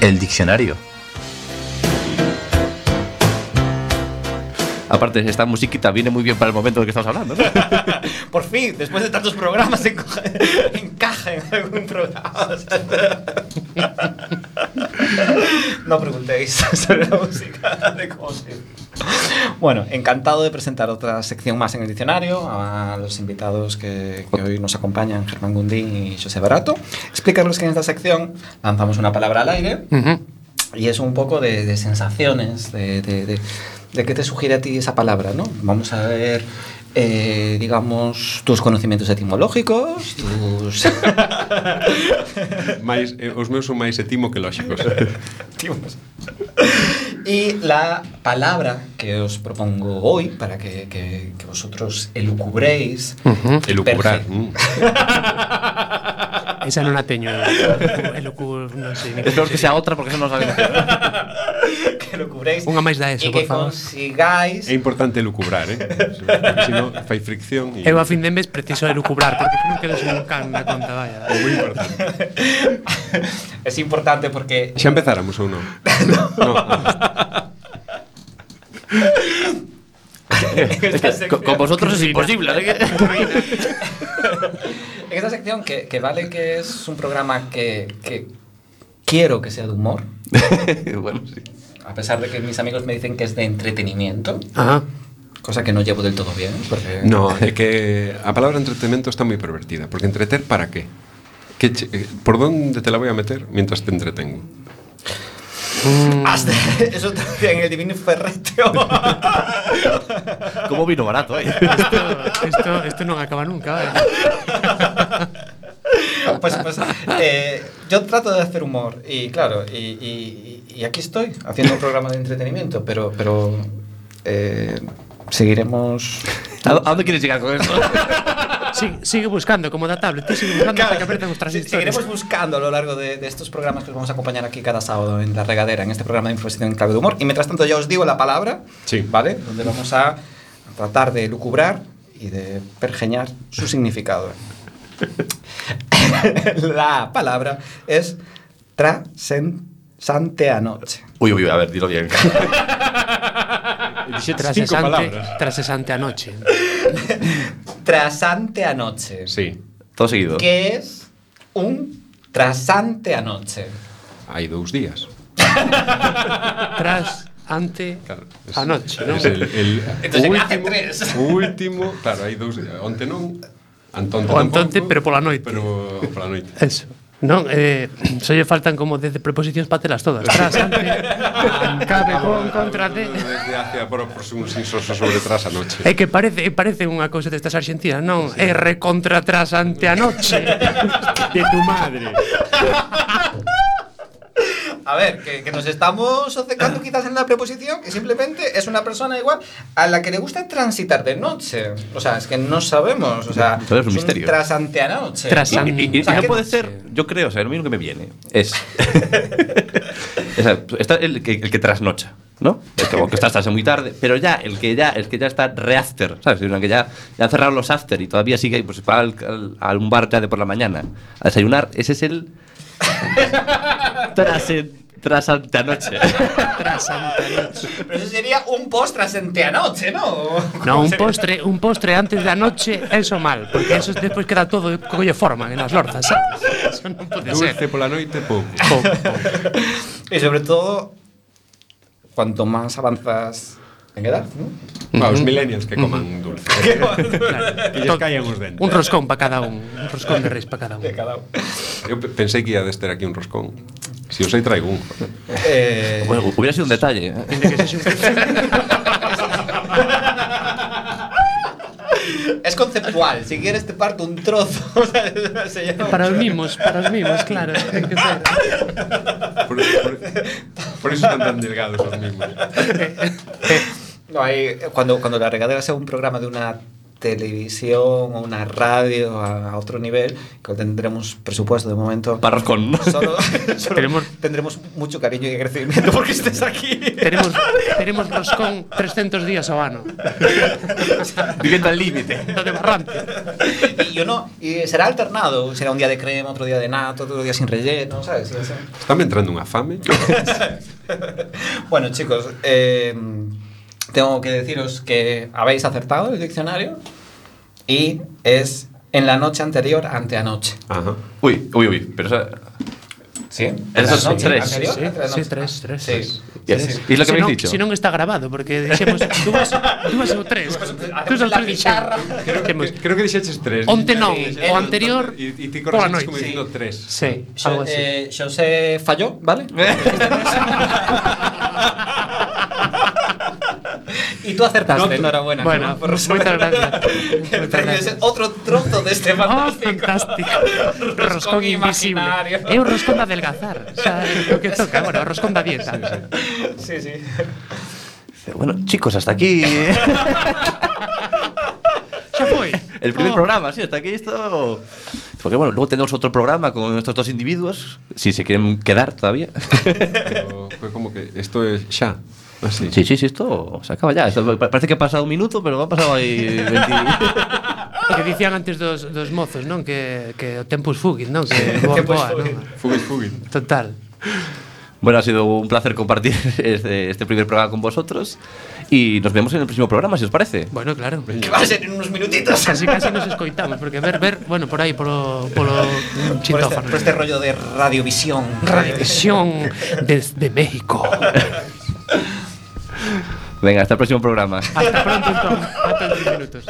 [SPEAKER 2] El diccionario.
[SPEAKER 4] Aparte, esta musiquita viene muy bien para el momento del que estamos hablando. ¿no?
[SPEAKER 5] Por fin, después de tantos programas, encoja- encaja en algún programa. o sea, no preguntéis sobre la música de Cosby. Bueno, encantado de presentar otra sección más en el diccionario a los invitados que, que hoy nos acompañan, Germán Gundín y José Barato. Explicarles que en esta sección lanzamos una palabra al aire
[SPEAKER 6] Ujú.
[SPEAKER 5] y es un poco de, de sensaciones, de, de, de- de qué te sugiere a ti esa palabra, ¿no? Vamos a ver, eh, digamos, tus conocimientos etimológicos, tus...
[SPEAKER 8] máis, eh, os meus son máis etimo que lóxicos.
[SPEAKER 5] Timos. y la palabra que os propongo hoy para que, que- que vosotros elucubréis...
[SPEAKER 8] Elucubrar.
[SPEAKER 5] Perfe-
[SPEAKER 8] Mm.
[SPEAKER 6] Esa non a teño. El ocu, non sei. ni
[SPEAKER 4] Espero
[SPEAKER 6] como
[SPEAKER 4] que
[SPEAKER 6] se-
[SPEAKER 4] sea otra porque eso no sabemos.
[SPEAKER 5] que elucubréis...
[SPEAKER 6] Unha máis da
[SPEAKER 5] y
[SPEAKER 6] eso, por
[SPEAKER 5] que
[SPEAKER 6] favor.
[SPEAKER 5] consigáis...
[SPEAKER 8] É importante elucubrar, eh? Porque se non, fai fricción e...
[SPEAKER 6] Eu a fin de mes preciso de lucubrar, porque non quedo sen un can na conta, vaya.
[SPEAKER 8] É moi importante.
[SPEAKER 5] es importante porque
[SPEAKER 8] Xa empezáramos ou non? no. ah,
[SPEAKER 5] en esta
[SPEAKER 4] Con,
[SPEAKER 5] sección-
[SPEAKER 4] con vosotros es imposible. así que-
[SPEAKER 5] En esta sección, que, que vale que es un programa que, que quiero que sea de humor,
[SPEAKER 4] bueno, sí.
[SPEAKER 5] a pesar de que mis amigos me dicen que es de entretenimiento,
[SPEAKER 6] Ajá.
[SPEAKER 5] cosa que no llevo del todo bien, porque...
[SPEAKER 8] no, é que a palabra entretenimento está moi pervertida. Porque entreter para qué? Que che, eh, por donde te la voy a meter mientras te entretengo?
[SPEAKER 5] Hasta- eso también, el divino ferreteo.
[SPEAKER 4] ¿Cómo vino barato? eh?
[SPEAKER 6] Isto, isto, isto non acaba nunca, vaya.
[SPEAKER 5] pues, pues, eh, yo trato de hacer humor, y claro, y, y- y aquí estoy, haciendo un programa de entretenimiento, pero... pero eh, seguiremos...
[SPEAKER 4] ¿A, dó- a dónde quieres llegar con esto?
[SPEAKER 6] Sí, sigue buscando, como da tablet, tú sigue buscando hasta que aparezcan nuestras
[SPEAKER 5] si-
[SPEAKER 6] historias.
[SPEAKER 5] seguiremos buscando a lo largo de, de estos programas que os vamos a acompañar aquí cada sábado en La Regadera, en este programa de improvisación en clave de humor. Y mientras tanto, ya os digo la palabra,
[SPEAKER 8] Sí.
[SPEAKER 5] ¿vale? Donde vamos a tratar de lucubrar y de pergeñar su significado. la palabra es trasensante anoche.
[SPEAKER 4] Uy, uy, a ver, dilo bien.
[SPEAKER 8] Cinco
[SPEAKER 6] Trasesante,
[SPEAKER 8] palabras.
[SPEAKER 6] trasesante anoche.
[SPEAKER 5] Trasante anoche.
[SPEAKER 8] Sí.
[SPEAKER 4] Todo seguido.
[SPEAKER 5] ¿Qué es un trasante anoche?
[SPEAKER 8] Hai dous días.
[SPEAKER 6] Tras, ante,
[SPEAKER 8] Claro, es-
[SPEAKER 6] anoche, ¿no?
[SPEAKER 8] Es el, el
[SPEAKER 5] Entonces,
[SPEAKER 8] o
[SPEAKER 5] hace
[SPEAKER 8] último,
[SPEAKER 5] tres.
[SPEAKER 8] o último, claro, hai dous días. Onte non, antonte
[SPEAKER 6] O antonte,
[SPEAKER 8] tampouco,
[SPEAKER 6] pero pola noite.
[SPEAKER 8] Pero pola noite.
[SPEAKER 6] Eso. Non, eh, só lle faltan como 10 preposicións para telas todas. Tras, ante, cabe, con, contra, de...
[SPEAKER 8] Desde hacia por próximos insosos sobre tras anoche.
[SPEAKER 6] É que parece parece unha cousa destas argentinas, non? É recontra tras ante anoche.
[SPEAKER 7] De tu madre.
[SPEAKER 5] A ver, que, que nos estamos acercando quizás en la preposición, que simplemente es una persona igual a la que le gusta transitar de noche. O sea, es que no sabemos. O sea,
[SPEAKER 4] Todo es un misterio.
[SPEAKER 5] Trasante anoche.
[SPEAKER 6] Tras-
[SPEAKER 4] Y, y- y-
[SPEAKER 6] O sea,
[SPEAKER 4] y no
[SPEAKER 6] que-
[SPEAKER 4] puede ser, yo creo, o sea, lo mismo que me viene es. o sea, está el que, el que trasnocha, ¿no? El que, que está hasta muy tarde, pero ya, el que ya, el que ya está reafter, ¿sabes? El que ya, ya han cerrado los after y todavía sigue ahí, pues va al, al- a un bar ya de por la mañana a desayunar, ese es el. tras, tras noche.
[SPEAKER 6] Tras ante anoche.
[SPEAKER 5] Pero eso sería un post trasante anoche, ¿no?
[SPEAKER 6] No, un postre, un postre antes da noche, eso mal, porque eso despois queda todo colle forma en as lorzas, sabes? Eso non pode ser.
[SPEAKER 8] Dulce pola noite, pouco.
[SPEAKER 5] Y sobre todo, cuanto más avanzas en edad, ¿no?
[SPEAKER 8] Ah, os millennials que coman dulce. que lles callamos dentro.
[SPEAKER 6] Un roscón para cada un. Un roscón de reis para cada un.
[SPEAKER 8] Eu pe- pensei que ia de ter aquí un roscón. Si os hai traigo un.
[SPEAKER 5] Eh,
[SPEAKER 4] Bueno, hubiera sido un detalle.
[SPEAKER 5] es conceptual. Si quieres te parto un trozo. O sea, se llama-
[SPEAKER 6] Para os mimos, para os mimos, claro. Ten que ser.
[SPEAKER 8] Por, por, por eso están tan delgados os mismos.
[SPEAKER 5] Eh, No, hay, cuando, cuando la regadera sea un programa de una televisión o una radio a, a otro nivel, que tendremos presupuesto de momento.
[SPEAKER 4] Parroscón.
[SPEAKER 5] Solo, solo
[SPEAKER 6] Tenemos-
[SPEAKER 5] tendremos mucho cariño y agradecimiento porque estés aquí.
[SPEAKER 6] Tenemos, tenemos roscón 300 días ao ano.
[SPEAKER 4] Viviendo al límite.
[SPEAKER 6] Lo de Barrante.
[SPEAKER 5] y yo no, y será alternado, será un día de crema, otro día de nato, otro día sin relleno, ¿sabes? Y eso.
[SPEAKER 8] Estame entrando unha fame.
[SPEAKER 5] Bueno, chicos, eh, tengo que deciros que habéis acertado el diccionario y es en la noche anterior ante anoche.
[SPEAKER 8] Ajá.
[SPEAKER 4] Uy, uy, uy. Pero esa-
[SPEAKER 5] Sí.
[SPEAKER 4] Esos son tres.
[SPEAKER 5] anterior,
[SPEAKER 6] Sí,
[SPEAKER 5] ante la
[SPEAKER 6] sí,
[SPEAKER 5] noche.
[SPEAKER 6] tres, tres,
[SPEAKER 5] Sí.
[SPEAKER 6] tres.
[SPEAKER 4] Y es, y es lo que
[SPEAKER 6] si
[SPEAKER 4] habéis
[SPEAKER 6] non-
[SPEAKER 4] dicho.
[SPEAKER 6] Si non está grabado, porque dixemos dúas, dúas ou tres. Dúas ou
[SPEAKER 5] la
[SPEAKER 6] tres
[SPEAKER 5] pizarra.
[SPEAKER 6] dixemos.
[SPEAKER 8] Creo, creo que dixeches tres.
[SPEAKER 6] Onte non,
[SPEAKER 8] Sí,
[SPEAKER 6] o anterior,
[SPEAKER 8] E e ti
[SPEAKER 6] pola noite.
[SPEAKER 8] corregiste como dicindo tres.
[SPEAKER 6] Sí,
[SPEAKER 5] Xo-
[SPEAKER 6] algo así.
[SPEAKER 5] eh, José falló, ¿vale? y tú acertaste, enhorabuena.
[SPEAKER 6] Bueno,
[SPEAKER 5] ¿no?
[SPEAKER 6] muchas
[SPEAKER 5] resolver-
[SPEAKER 6] gracias.
[SPEAKER 5] el
[SPEAKER 6] Muchas
[SPEAKER 5] premio
[SPEAKER 6] gracias.
[SPEAKER 5] es otro trozo de este
[SPEAKER 6] Oh,
[SPEAKER 5] fantástico.
[SPEAKER 6] fantástico. Roscón invisible.
[SPEAKER 5] imaginario.
[SPEAKER 6] É un roscón de adelgazar. O sea, é o que toca, bueno, o roscón da dieta.
[SPEAKER 5] Sí, sí.
[SPEAKER 4] Bueno, chicos, hasta aquí.
[SPEAKER 6] Xa foi.
[SPEAKER 4] El primer
[SPEAKER 6] Oh,
[SPEAKER 4] programa, sí, hasta aquí esto. Porque bueno, luego tenemos otro programa con estos dos individuos, si se quieren quedar todavía.
[SPEAKER 8] Pero Fue como que esto es Ah, xa. Así.
[SPEAKER 4] Sí, sí, sí, esto se acaba ya. Esto pa- parece que ha pasado un minuto, pero ha pasado ahí 20.
[SPEAKER 6] O que dicían antes dos, dos mozos, non? Que, que o tempus fugit, non? Que boa,
[SPEAKER 5] tempus
[SPEAKER 6] boa,
[SPEAKER 5] fugit.
[SPEAKER 6] non?
[SPEAKER 8] Fugit, fugit.
[SPEAKER 6] Total.
[SPEAKER 4] Bueno, ha sido un placer compartir este, este primer programa con vosotros y nos vemos en el próximo programa, si os parece.
[SPEAKER 6] Bueno, claro.
[SPEAKER 5] Que va a ser en unos minutitos.
[SPEAKER 6] Casi casi nos escoitamos, porque ver, ver, bueno, por aí, polo, polo
[SPEAKER 5] Por este,
[SPEAKER 6] chintófano.
[SPEAKER 5] por este rollo de radiovisión.
[SPEAKER 6] Radiovisión desde México.
[SPEAKER 4] Venga, hasta el próximo programa.
[SPEAKER 6] Hasta pronto, entón. Hasta en 10 minutos.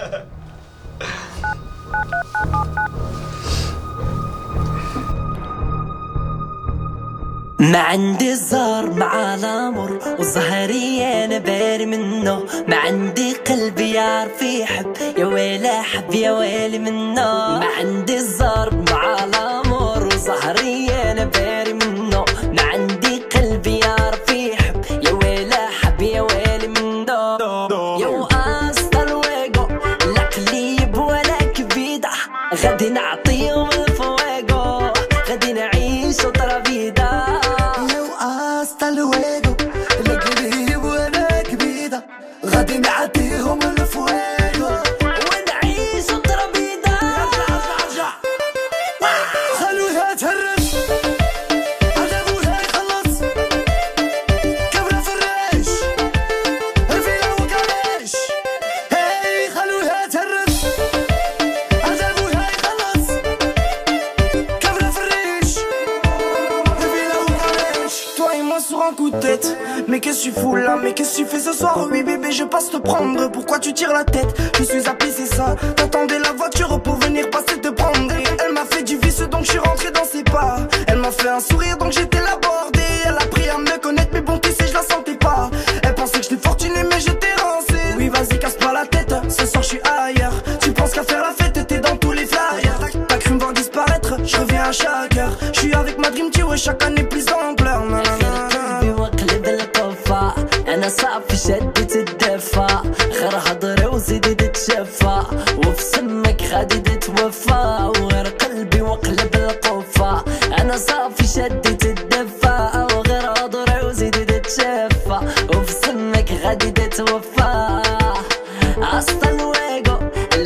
[SPEAKER 9] ما عندي زار مع الامر وظهري انا باري منه ما عندي قلب يعرف يحب يا ويلي حب يا ويلي منه ما عندي زار مع الامر وظهري انا باري منه ما عندي قلب يعرف يحب يا ويلي حب يا ويلي منه يو hasta luego لا قليب ولا كبيدة غادي نعطيهم الفويغو غادي نعيش طرا بيدا يو hasta luego لا قليب ولا كبيدة غادي نعطيهم الفويغو ونعيش طرا بيدا خلوها تهرس عجبوها يخلص كبرة في الريش رفيع وكريش هاي خلوها تهرس عجبوها يخلص كبرة في الريش Toi et moi sur un coup de tête Mais qu'est-ce que tu fous là Mais qu'est-ce que tu fais ce soir Oui bébé je passe te prendre Pourquoi tu tires la tête Je suis à pied c'est ça T'attendais la voiture pour venir passer te prendre Elle m'a fait du vice donc je suis rentré dans ses pas Elle m'a fait un sourire donc j'étais la bordée Elle a appris à me connaître mais bon tu sais je la sentais pas Elle pensait que j'étais fortuné mais j'étais rincé Oui vas-y casse pas la tête Ce soir je suis ailleurs Tu penses qu'à faire la fête t'es dans tous les flyers T'as cru me voir disparaître Je reviens à chaque heure Je suis avec ma dream team ouais, chaque année plus d'ampleur Nanana. قلبي واقلب القفا انا صافي شدت الدفا غير هضري وزيد تتشفى وفي سمك غادي تتوفى وغير قلبي واقلب القفا انا صافي شدت الدفا وغير هضري وزيد تتشفى وفي سمك غادي تتوفى hasta luego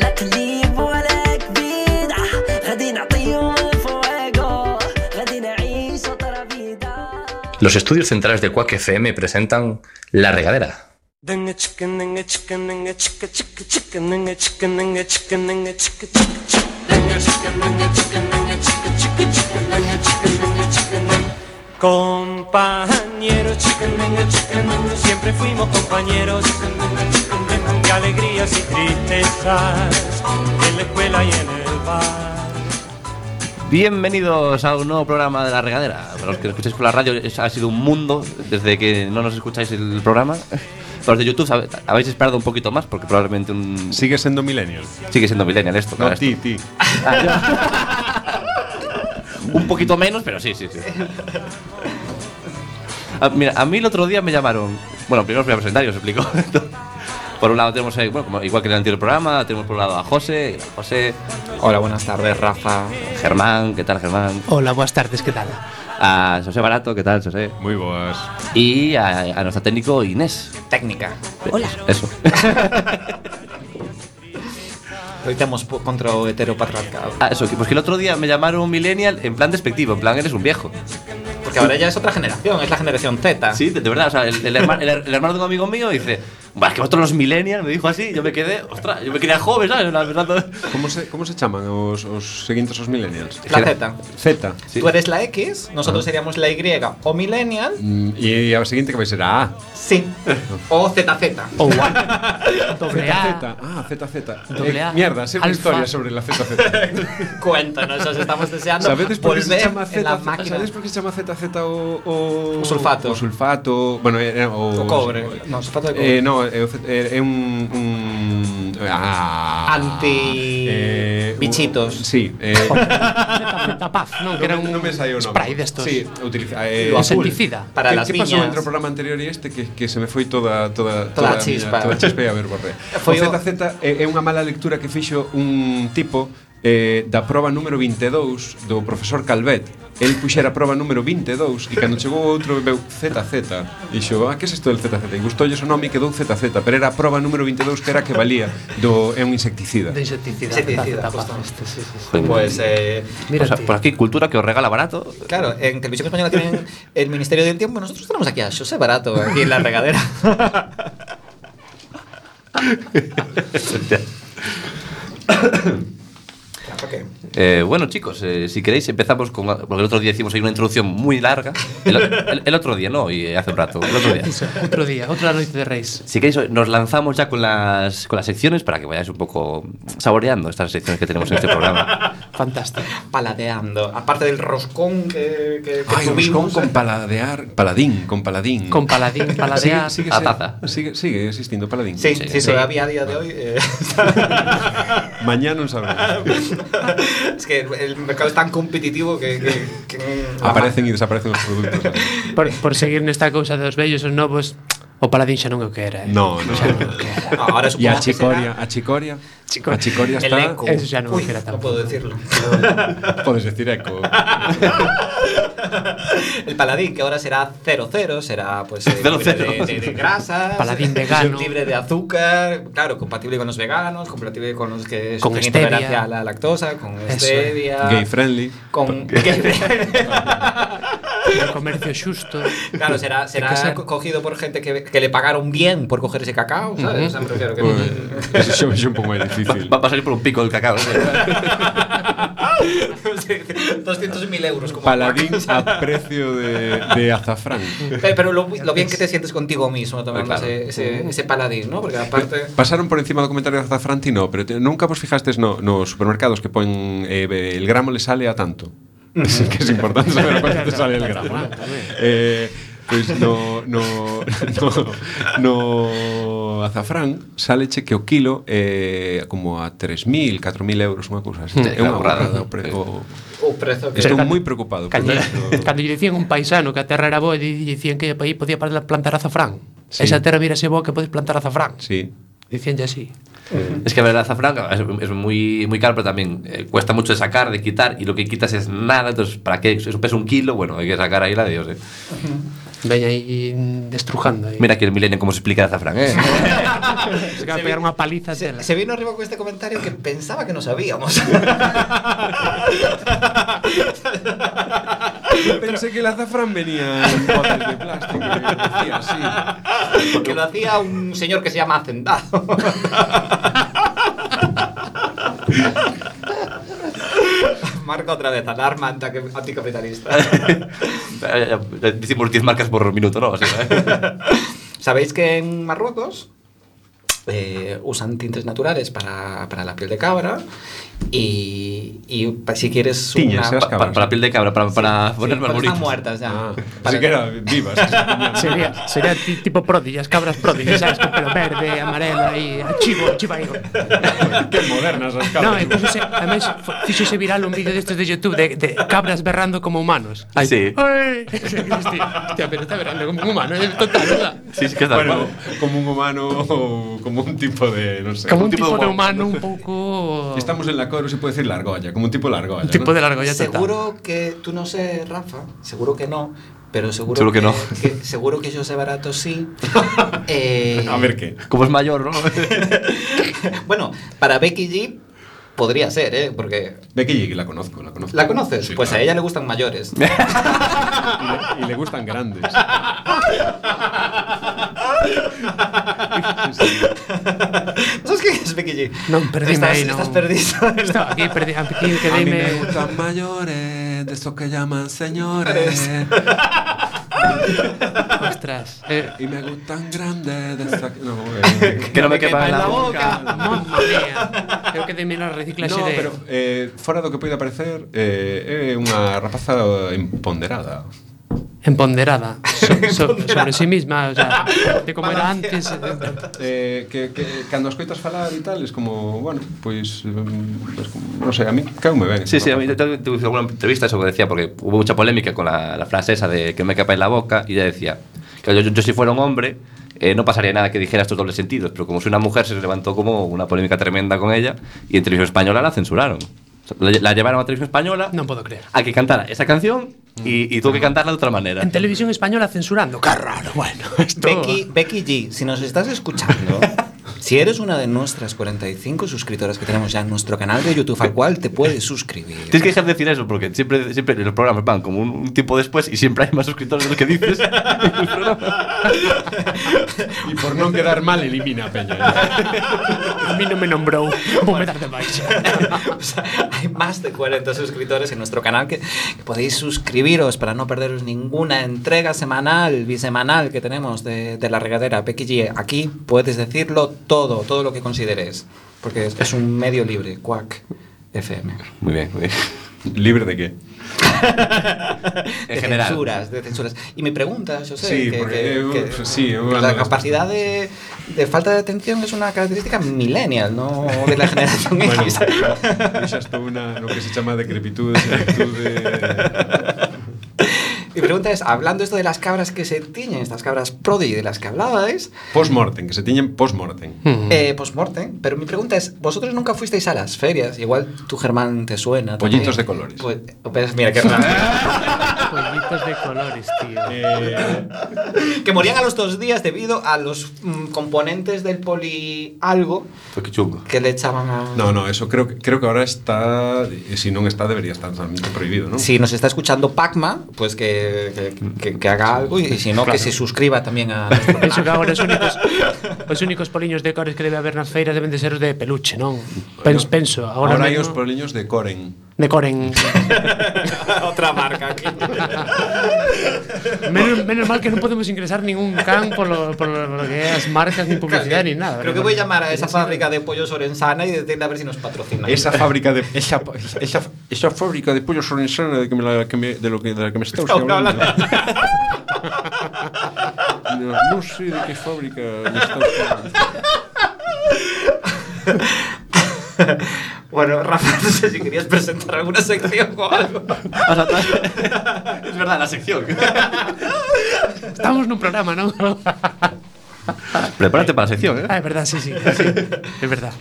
[SPEAKER 9] لا قليب ولا كبيد غادي نعطيهم الفويغو غادي نعيش طرا بيدا
[SPEAKER 2] Los estudios centrales de Quack FM presentan La Regadera.
[SPEAKER 3] Dinga chicken, dinga chicken, dinga chicka, chicka, chicka, dinga chicken, dinga chicken, dinga chicka, chicka, chicka. Dinga chicken, dinga chicken, dinga chicka, chicka, chicka, dinga chicken, dinga chicken, dinga- Compañeros, chicken, dinga, chicken, dinga, siempre fuimos compañeros. Chicken, dinga, chicken, dinga, alegrías y tristezas, en la escuela y en el bar.
[SPEAKER 4] Bienvenidos a un nuevo programa de La Regadera. Para los que escucháis por la radio, es- ha sido un mundo desde que no nos escucháis el programa. Para los de YouTube, sabe- habéis esperado un poquito más porque probablemente un...
[SPEAKER 8] Sigue siendo millennial.
[SPEAKER 4] sigue siendo millennial esto. Ah,
[SPEAKER 8] No,
[SPEAKER 4] claro,
[SPEAKER 8] ti, ti.
[SPEAKER 4] Un poquito menos, pero sí, sí, sí. Ah, mira, a mí el otro día me llamaron. Bueno, primero os voy a presentar y os explico. Por un lado tenemos, eh, bueno, como- igual que en el anterior programa, tenemos por un lado a José, José,
[SPEAKER 5] Hola, buenas tardes, Rafa.
[SPEAKER 4] Germán, ¿qué tal Germán?
[SPEAKER 6] Hola, buenas tardes, ¿qué tal?
[SPEAKER 4] A José Barato, ¿qué tal José?
[SPEAKER 8] Muy boas.
[SPEAKER 4] Y a, a nuestro técnico Inés.
[SPEAKER 5] Técnica.
[SPEAKER 10] Hola.
[SPEAKER 4] Eso.
[SPEAKER 5] Loitamos po- contra o heteropatriarcado.
[SPEAKER 4] Ah, eso, que- pues que el otro día me llamaron un millennial en plan despectivo, en plan eres un viejo.
[SPEAKER 5] Porque ahora ya es otra generación, es la generación Z.
[SPEAKER 4] Sí, de, de verdad, o sea, el, el herma- el her- el hermano de un amigo mío dice, "Buah, es que vosotros los millennials, me dijo así, yo me quedé, ostras, yo me quedé joven, ¿sabes? La verdad,
[SPEAKER 8] Como se, como se chaman os, os seguintes os millennials?
[SPEAKER 5] La Z.
[SPEAKER 8] Z.
[SPEAKER 4] Sí.
[SPEAKER 5] Tú eres la X, nosotros seríamos la Y o Millennial.
[SPEAKER 8] Mm, E a seguinte que vai ser a A.
[SPEAKER 5] Sí. O ZZ.
[SPEAKER 6] O Doble A.
[SPEAKER 8] Z. Ah, ZZ.
[SPEAKER 6] Doble A.
[SPEAKER 8] mierda, sé una
[SPEAKER 6] Alfa.
[SPEAKER 8] historia sobre la ZZ.
[SPEAKER 5] Cuéntanos, os estamos deseando
[SPEAKER 8] ¿Sabedes por qué se
[SPEAKER 5] volver
[SPEAKER 8] chama
[SPEAKER 5] en la
[SPEAKER 8] Z?
[SPEAKER 5] máquina.
[SPEAKER 8] Sabedes por qué se chama ZZ o, o...
[SPEAKER 5] O sulfato.
[SPEAKER 8] O sulfato. Bueno, era o...
[SPEAKER 5] O cobre. No, sulfato de cobre.
[SPEAKER 8] Eh, no, é, o Z- é, é un, un ah, Eh,
[SPEAKER 5] Anti- bichitos.
[SPEAKER 8] Un, sí, eh,
[SPEAKER 6] Tapaz, non, que era un
[SPEAKER 8] non Ah, me saio o nome.
[SPEAKER 6] spray destos.
[SPEAKER 8] Sí, utiliza eh,
[SPEAKER 5] Lo azul.
[SPEAKER 6] Insecticida.
[SPEAKER 5] Para
[SPEAKER 8] ¿Qué,
[SPEAKER 5] las
[SPEAKER 8] ¿qué pasó
[SPEAKER 5] viñas.
[SPEAKER 8] entre el programa anterior y este que, que se me foi toda toda
[SPEAKER 5] Toda a
[SPEAKER 8] miña-
[SPEAKER 5] chispa.
[SPEAKER 8] toda a chispa e a ver borré.
[SPEAKER 5] Foi
[SPEAKER 8] Foi
[SPEAKER 5] o-
[SPEAKER 8] o ZZ é, é unha eh, mala lectura que fixo un tipo eh, da proba número 22 do profesor Calvet. El puxera a proba número 22 e cando chegou outro veu ZZ. Dixo, ah, que é isto del ZZ? E gustoulle o nome e quedou ZZ, pero era a proba número 22 que era a que valía do é un insecticida.
[SPEAKER 6] De insecticida.
[SPEAKER 5] Insecticida,
[SPEAKER 6] Tapaz,
[SPEAKER 5] justo.
[SPEAKER 6] este, sí, sí, sí.
[SPEAKER 5] Pues, eh,
[SPEAKER 4] O
[SPEAKER 6] Mira,
[SPEAKER 4] sea,
[SPEAKER 6] tío.
[SPEAKER 4] por aquí, cultura que os regala barato.
[SPEAKER 5] claro, en Televisión Española tienen el Ministerio del Tiempo. Nosotros tenemos aquí a José Barato, aquí en la regadera. Claro que-
[SPEAKER 4] Eh, bueno, chicos, eh, si queréis empezamos con... Porque el otro día hicimos ahí una introducción muy larga. El, el- el otro día, no, y hace un rato. El otro día.
[SPEAKER 6] Eso, Outro día, outra noite de reis.
[SPEAKER 4] Si queréis, nos lanzamos ya con las, con las secciones para que vayáis un poco saboreando estas secciones que tenemos en este programa.
[SPEAKER 6] Fantástico.
[SPEAKER 5] Mm. Paladeando. Aparte del roscón que, que, que
[SPEAKER 8] Ai,
[SPEAKER 5] tuvimos.
[SPEAKER 8] buscón con paladear, paladín, con paladín.
[SPEAKER 6] Con paladín, paladear.
[SPEAKER 8] sigue, sigue,
[SPEAKER 4] a
[SPEAKER 8] se-
[SPEAKER 4] taza.
[SPEAKER 8] sigue, sigue existindo paladín.
[SPEAKER 5] Sí,
[SPEAKER 4] Sí,
[SPEAKER 5] sí,
[SPEAKER 4] sí.
[SPEAKER 5] todavía a día de hoy. eh,
[SPEAKER 8] Mañá non sabemos.
[SPEAKER 5] es que el mercado es tan competitivo que. que- que-
[SPEAKER 8] Aparecen e desaparecen os produtos.
[SPEAKER 6] Por, por seguir nesta cousa dos vellos os novos, o paladín xa non é o que era. Eh?
[SPEAKER 8] No, no.
[SPEAKER 5] Ahora
[SPEAKER 8] E a
[SPEAKER 5] supongo que
[SPEAKER 8] chicoria,
[SPEAKER 5] será
[SPEAKER 8] a chicoria,
[SPEAKER 6] Chico-
[SPEAKER 8] a chicoria
[SPEAKER 5] el
[SPEAKER 8] está...
[SPEAKER 5] eco.
[SPEAKER 6] Eso ya no me
[SPEAKER 5] Uy,
[SPEAKER 6] queda
[SPEAKER 5] No
[SPEAKER 6] tampoco.
[SPEAKER 5] puedo decirlo.
[SPEAKER 8] Podes decir eco.
[SPEAKER 5] El paladín, que ahora será 00, será pues eh,
[SPEAKER 4] Cero,
[SPEAKER 5] libre
[SPEAKER 4] cero.
[SPEAKER 5] De, de- de grasas,
[SPEAKER 6] Paladín vegano.
[SPEAKER 5] libre de azúcar, claro, compatible con los veganos, compatible con los que
[SPEAKER 6] Con
[SPEAKER 5] sufren
[SPEAKER 6] stevia.
[SPEAKER 5] intolerancia a la lactosa, con
[SPEAKER 6] Eso es.
[SPEAKER 5] stevia,
[SPEAKER 8] Gay friendly.
[SPEAKER 5] con
[SPEAKER 6] O comercio xusto.
[SPEAKER 5] Claro, será, será
[SPEAKER 6] que ser.
[SPEAKER 5] co- cogido por gente que, que le pagaron bien por coger ese cacao, ¿sabes? O sea, me refiero que-
[SPEAKER 8] Pues- Eso xa é un pouco máis difícil.
[SPEAKER 4] Va, va a salir por un pico el cacao. ¿eh?
[SPEAKER 5] 200.000 euros como
[SPEAKER 8] Paladín a precio de, de azafrán.
[SPEAKER 5] Pe- Pero lo, lo bien que te sientes contigo mismo tomando
[SPEAKER 4] Claro.
[SPEAKER 5] ese, ese, ese paladín, ¿no? Porque aparte.
[SPEAKER 8] Pasaron por encima do comentario de azafrán ti no, pero te, nunca vos fijastes no, nos supermercados que ponen eh, el gramo le sale a tanto. Sí, que es importante saber cuánto te sale el gramo. ¿no? Eh, pues no, no, no, no azafrán sale che que o kilo eh, como a 3.000, 4.000 euros, unha cousa así. É unha
[SPEAKER 4] claro,
[SPEAKER 8] borrada.
[SPEAKER 4] claro.
[SPEAKER 5] Oh, prezo que.
[SPEAKER 8] Estou
[SPEAKER 6] Pero
[SPEAKER 8] moi preocupado. por
[SPEAKER 6] Cando,
[SPEAKER 8] isto.
[SPEAKER 6] cando lle dicían un paisano que a terra era boa, lle dicían que aí podía para- plantar azafrán. Sí. Esa terra mírase boa que podes plantar azafrán.
[SPEAKER 8] Sí.
[SPEAKER 6] Dicíanlle así.
[SPEAKER 4] es que a ver, el azafrán es, es muy, muy caro, pero también eh, cuesta mucho de sacar, de quitar, y lo que quitas es nada, entonces, ¿para qué? Eso pesa un kilo, bueno, hay que sacar ahí la de Dios. ¿eh?
[SPEAKER 6] Veña aí mm, destrujando. Aí.
[SPEAKER 4] Mira aquí el milenio cómo se explica el azafrán. ¿eh?
[SPEAKER 6] se acaba de pegar unha paliza a tela.
[SPEAKER 5] Se vino arriba con este comentario que pensaba que no sabíamos.
[SPEAKER 8] Pensé que el azafrán venía en botes de plástico. ¿eh? que decía así.
[SPEAKER 5] que lo hacía un señor que se llama Hacendado. Marca otra vez, alarma antica- anticapitalista.
[SPEAKER 4] Ya- ya- ya Decimos 10 marcas por minuto, ¿no? O sea, ¿eh?
[SPEAKER 5] ¿Sabéis que en Marruecos eh, usan tintes naturales para, para la piel de cabra y, y pa- si quieres
[SPEAKER 8] Tiñes,
[SPEAKER 5] una-
[SPEAKER 8] se las
[SPEAKER 5] pa-
[SPEAKER 8] cabras.
[SPEAKER 4] Para, para piel de cabra, para, para
[SPEAKER 5] sí,
[SPEAKER 4] ponerme
[SPEAKER 5] pero están
[SPEAKER 4] algoritmos.
[SPEAKER 5] muertas ya.
[SPEAKER 8] Ah,
[SPEAKER 5] Para-
[SPEAKER 8] así que eran vivas.
[SPEAKER 6] Sería, sería ti- tipo prodigias, cabras prodigias, ¿sabes? Con pelo verde, amarelo y chivo, chivaíro.
[SPEAKER 8] Qué modernas las
[SPEAKER 6] No, eh,
[SPEAKER 8] cabras.
[SPEAKER 6] e púxose, ademais, fo- fíxose viral un vídeo destes de YouTube de, de cabras berrando como humanos. Ai,
[SPEAKER 4] Sí.
[SPEAKER 6] Ai. Hostia, hostia, pero está berrando como un humano, é total, ¿verdad?
[SPEAKER 4] Sí, sí que está.
[SPEAKER 8] bueno, como un humano o como un tipo de, no sé.
[SPEAKER 6] Como un
[SPEAKER 8] un
[SPEAKER 6] tipo de humano un pouco...
[SPEAKER 8] Estamos en la coro, se puede decir la argolla, como un tipo de argolla.
[SPEAKER 6] Un tipo
[SPEAKER 8] ¿no?
[SPEAKER 6] de largo ya total.
[SPEAKER 5] Seguro que tú no sé, Rafa, seguro que no, pero seguro,
[SPEAKER 4] Seguro que no.
[SPEAKER 5] que- seguro que yo sé barato sí. Eh,
[SPEAKER 8] A ver qué.
[SPEAKER 4] Como es mayor, ¿no?
[SPEAKER 5] Bueno, para Becky G podría ser, ¿eh? Porque
[SPEAKER 8] Becky G, la conozco, la conozco.
[SPEAKER 5] ¿la conoces?
[SPEAKER 8] Sí,
[SPEAKER 5] pues
[SPEAKER 8] claro. Ah,
[SPEAKER 5] a ella le gustan mayores.
[SPEAKER 8] Y le, y le gustan grandes.
[SPEAKER 5] ¿Sabes quién es Becky G?
[SPEAKER 6] Non, perdíme
[SPEAKER 5] estás,
[SPEAKER 6] aí, non.
[SPEAKER 5] Estás perdido.
[SPEAKER 6] Estaba aquí, perdi, aquí quedeime...
[SPEAKER 8] mayores, de esos que llaman señores.
[SPEAKER 6] Ostras. Eh,
[SPEAKER 8] Y me gustan grandes, de esos que. No,
[SPEAKER 4] que no me quepa en la boca.
[SPEAKER 6] mamma mía. Eu quedeime na reciclaxe
[SPEAKER 8] No,
[SPEAKER 6] de...
[SPEAKER 8] pero eh, fora do que poida parecer eh, é unha rapaza empoderada.
[SPEAKER 6] Emponderada. So, so, sobre sí misma, o sea, de como era antes... eh,
[SPEAKER 8] Eh, que, que cando a escoitas falar e tal, es como, bueno, pois, pues, pues, non sei, a mí caeu me ben.
[SPEAKER 4] Sí, sí, a mí tuve tuve alguna entrevista eso que decía, porque hubo mucha polémica con la, la frase esa de que me quepa en la boca, y ella decía, que yo, yo- yo si fuera un hombre, eh, no pasaría nada que dijera estos dobles sentidos, pero como soy una mujer, se levantó como una polémica tremenda con ella, y en televisión española la censuraron. O sea, La, la llevaron a televisión española
[SPEAKER 6] Non podo creer.
[SPEAKER 4] a que cantara esa canción y, y tuvo que cantarla de otra manera.
[SPEAKER 6] En televisión española censurando. Qué raro, bueno. Esto...
[SPEAKER 5] Becky, Becky G, si nos estás escuchando, si eres una de nuestras 45 suscriptoras que tenemos ya en nuestro canal de YouTube, al cual te puedes suscribir.
[SPEAKER 4] Tienes que dejar de decir eso porque siempre, siempre los programas van como un, un tiempo después y siempre hay más suscriptores de los que dices.
[SPEAKER 8] E por non quedar mal elimina a peña. eh.
[SPEAKER 6] A mí no me nombró. Vou me dar de baixa.
[SPEAKER 5] O sea, hay más de 40 suscriptores en nuestro canal que, que podéis suscribiros para no perderos ninguna entrega semanal, bisemanal que tenemos de, de la regadera. Becky G, aquí puedes decirlo todo, todo lo que consideres, porque es, es un medio libre, cuac. FM.
[SPEAKER 4] Muy bien, muy bien.
[SPEAKER 8] Libre de qué?
[SPEAKER 5] De
[SPEAKER 4] general.
[SPEAKER 5] censuras, de censuras. Y mi pregunta, yo sé,
[SPEAKER 8] Sí,
[SPEAKER 5] que,
[SPEAKER 8] porque,
[SPEAKER 5] que-
[SPEAKER 8] eh,
[SPEAKER 5] que-
[SPEAKER 8] sí,
[SPEAKER 5] que
[SPEAKER 8] bueno,
[SPEAKER 5] la
[SPEAKER 8] las-
[SPEAKER 5] capacidad de, de falta de atención es una característica millennial, no de la generación
[SPEAKER 8] Bueno,
[SPEAKER 5] X.
[SPEAKER 8] eu xa estou na no que se chama decrepitude, senectude...
[SPEAKER 5] Mi pregunta es, hablando esto de las cabras que se tiñen, estas cabras prodi de las que hablabais,
[SPEAKER 8] Postmortem, que se tiñen postmortem.
[SPEAKER 5] eh, post-mortem, pero mi pregunta es, vosotros nunca fuisteis a las ferias, igual tu Germán te suena. también.
[SPEAKER 8] Pollitos de colores.
[SPEAKER 5] Pues, pues mira, qué raro.
[SPEAKER 6] Pollitos de colores, tío.
[SPEAKER 8] Eh,
[SPEAKER 5] que morían a los dos días debido a los mm, componentes del poli algo
[SPEAKER 4] Pues qué chungo.
[SPEAKER 5] que le echaban a...
[SPEAKER 8] no, no, eso creo que, creo que ahora está, eh, si non está, debería estar totalmente prohibido, non?
[SPEAKER 5] Si nos está escuchando Pacma, pues que, que- que- que haga algo y, y si no, que se suscriba también a... nuestro
[SPEAKER 6] Penso que
[SPEAKER 5] canal.
[SPEAKER 6] agora os únicos os únicos poliños de cores que debe haber nas feiras deben de ser os de peluche, non? Penso, penso agora,
[SPEAKER 8] Ahora hai os
[SPEAKER 6] mesmo,
[SPEAKER 8] poliños de Coren.
[SPEAKER 6] de coren.
[SPEAKER 5] Otra marca aquí.
[SPEAKER 6] Menos, menos mal que non podemos ingresar ningún can polo, polo, polo que é as marcas ni publicidade ni nada.
[SPEAKER 5] eh, Creo que voy a llamar a esa fábrica de pollos orensana y decirle a ver si nos patrocina.
[SPEAKER 8] Esa fábrica de esa, esa, esa fábrica de pollos orensana de que me la que me, de lo que de la que me está usted hablando. No, no sé de qué fábrica me está usted hablando.
[SPEAKER 5] Bueno, Rafa, no sé si querías presentar alguna sección o algo.
[SPEAKER 4] es verdad, la sección.
[SPEAKER 6] Estamos nun programa, non?
[SPEAKER 4] Prepárate para la sección, ¿eh?
[SPEAKER 6] ah, é verdad, sí, sí. sí é verdad.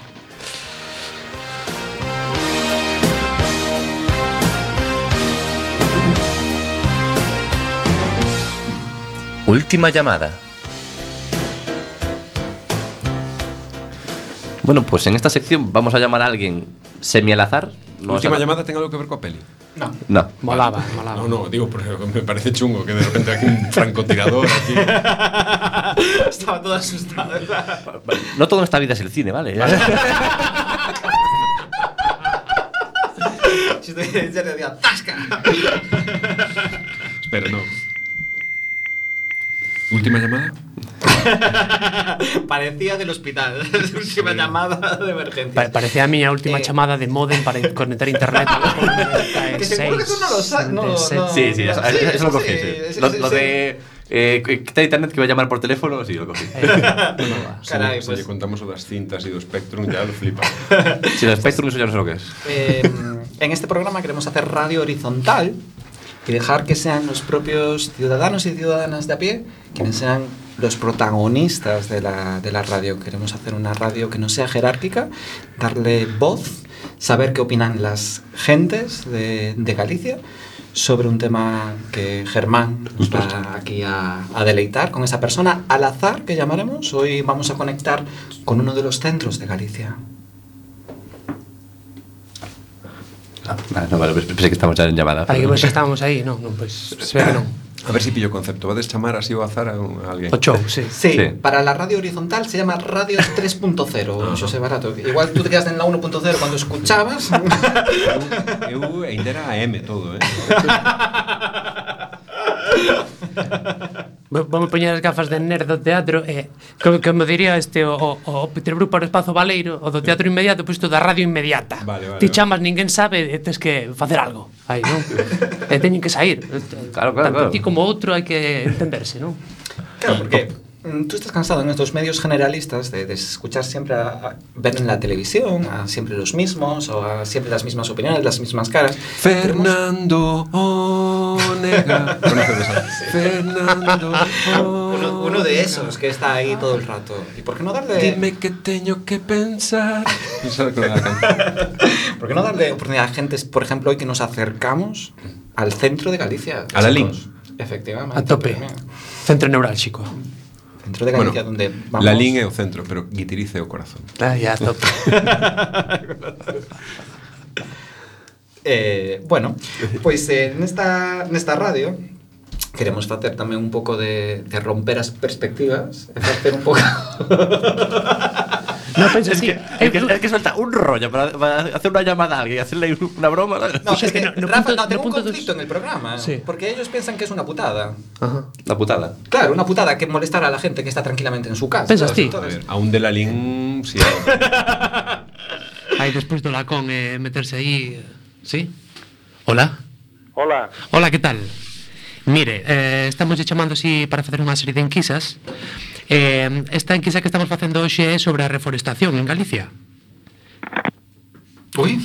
[SPEAKER 2] Última llamada.
[SPEAKER 4] Bueno, pues en esta sección vamos a llamar a alguien semi al azar. No
[SPEAKER 8] Última
[SPEAKER 4] o sea,
[SPEAKER 8] llamada tenga algo que ver con a peli.
[SPEAKER 4] No.
[SPEAKER 6] Molaba, molaba.
[SPEAKER 8] Ah, No, no, digo porque me parece chungo que de repente aquí un francotirador aquí.
[SPEAKER 5] Estaba todo asustado.
[SPEAKER 4] No todo en esta vida es el cine, ¿vale?
[SPEAKER 5] Si estoy en serio, decía, ¡tasca!
[SPEAKER 8] Espera, no. Última llamada.
[SPEAKER 5] Parecía del hospital. Última llamada de emergencia.
[SPEAKER 6] Pa- Parecía a miña última
[SPEAKER 5] Eh.
[SPEAKER 6] chamada de modem para in- conectar internet.
[SPEAKER 5] Que seguro que no lo sa- no- no-
[SPEAKER 4] Sí, sí, eso,
[SPEAKER 5] Sí,
[SPEAKER 4] eso- eso lo
[SPEAKER 5] sí,
[SPEAKER 4] cogí. sí.
[SPEAKER 5] sí,
[SPEAKER 4] Lo,
[SPEAKER 5] sí,
[SPEAKER 4] lo
[SPEAKER 5] sí.
[SPEAKER 4] de. Eh, quita internet que iba a llamar por teléfono, sí, lo cogí.
[SPEAKER 5] Carai,
[SPEAKER 8] Se
[SPEAKER 5] pues,
[SPEAKER 8] lle contamos o das cintas e do Spectrum, ya lo flipa.
[SPEAKER 4] Si lo Spectrum, eso ya no sé lo que es.
[SPEAKER 5] eh, en este programa queremos hacer radio horizontal y dejar que sean los propios ciudadanos y ciudadanas de a pie quienes sean los protagonistas de la, de la radio. Queremos hacer una radio que no sea jerárquica, darle voz, saber qué opinan las gentes de, de Galicia sobre un tema que Germán nos va aquí a, a deleitar con esa persona al azar que llamaremos. Hoy vamos a conectar con uno de los centros de Galicia.
[SPEAKER 4] Ah, no, vale, pues pensé que estamos ya en llamada.
[SPEAKER 6] Para que
[SPEAKER 4] pero-
[SPEAKER 6] vos estábamos aí, non, non, pois, se ve pues, que non.
[SPEAKER 8] A ver si pillo concepto. Vades chamar así o azar a, un, a alguén?
[SPEAKER 6] O show, sí.
[SPEAKER 5] Sí,
[SPEAKER 4] Sí.
[SPEAKER 5] para la radio horizontal se llama Radio 3.0, José Barato. Igual tú te quedas en la 1.0 cuando escuchabas.
[SPEAKER 8] Eu, eu ainda era AM todo, eh?
[SPEAKER 6] Vou- Vamos poñer as gafas de nerd do teatro e como, como diría este o, o, o Peter Brook para o espazo Valeiro, o do teatro inmediato, pois tú da radio inmediata.
[SPEAKER 8] Vale, vale,
[SPEAKER 6] Ti
[SPEAKER 8] vale.
[SPEAKER 6] chamas, ninguén sabe, e tes que facer algo. Aí, non? e teñen que sair.
[SPEAKER 4] Claro, claro,
[SPEAKER 6] Tanto
[SPEAKER 4] claro.
[SPEAKER 6] ti como outro hai que entenderse, non?
[SPEAKER 5] Claro, porque mm, tú estás cansado en estos medios generalistas de, de escuchar siempre a, a ver en la televisión a siempre los mismos o a siempre las mismas opiniones, las mismas caras.
[SPEAKER 8] Fernando Onega. Conocedes a Fernando
[SPEAKER 5] Uno, uno de esos que está ahí todo el rato. ¿Y por qué no darle,
[SPEAKER 8] que teño que pensar. Pensar con la canción.
[SPEAKER 5] por qué no darle oportunidad a gente, por ejemplo, hoy que nos acercamos al centro de Galicia?
[SPEAKER 8] A la
[SPEAKER 5] chicos?
[SPEAKER 8] Lin.
[SPEAKER 5] Efectivamente.
[SPEAKER 6] A tope.
[SPEAKER 5] pero, mira,
[SPEAKER 6] Centro neurálxico.
[SPEAKER 5] Centro de
[SPEAKER 8] Bueno,
[SPEAKER 5] Galicia donde vamos...
[SPEAKER 8] La lin é o centro, pero guitirice o corazón.
[SPEAKER 4] Ah,
[SPEAKER 6] Ai, a tope.
[SPEAKER 5] Eh, bueno, pois eh, nesta, nesta radio queremos facer tamén un pouco de, de romper as perspectivas e facer un pouco
[SPEAKER 6] Non penses ti.
[SPEAKER 4] Es que, es que suelta un rollo para, para hacer una llamada a alguien, hacerle una broma.
[SPEAKER 5] No,
[SPEAKER 6] Pues
[SPEAKER 5] es que,
[SPEAKER 6] no- no
[SPEAKER 5] Rafa,
[SPEAKER 6] punto-
[SPEAKER 5] no, tengo
[SPEAKER 6] no
[SPEAKER 5] un
[SPEAKER 6] punto
[SPEAKER 5] conflicto
[SPEAKER 6] dos.
[SPEAKER 5] en el programa
[SPEAKER 6] Sí.
[SPEAKER 5] Porque ellos piensan que es una putada
[SPEAKER 6] Ajá.
[SPEAKER 4] La putada.
[SPEAKER 5] Claro, una putada que molestará a la gente que está tranquilamente en su casa
[SPEAKER 6] Pensas ti?
[SPEAKER 8] A ver, aún de la lin, sí.
[SPEAKER 6] Aí despois do lacón eh, meterse aí, sí? Hola.
[SPEAKER 10] Hola,
[SPEAKER 6] Hola, que tal? Mire, eh, estamos chamando así para facer unha serie de enquisas eh, Esta enquisa que estamos facendo hoxe é sobre a reforestación en Galicia
[SPEAKER 5] Uy,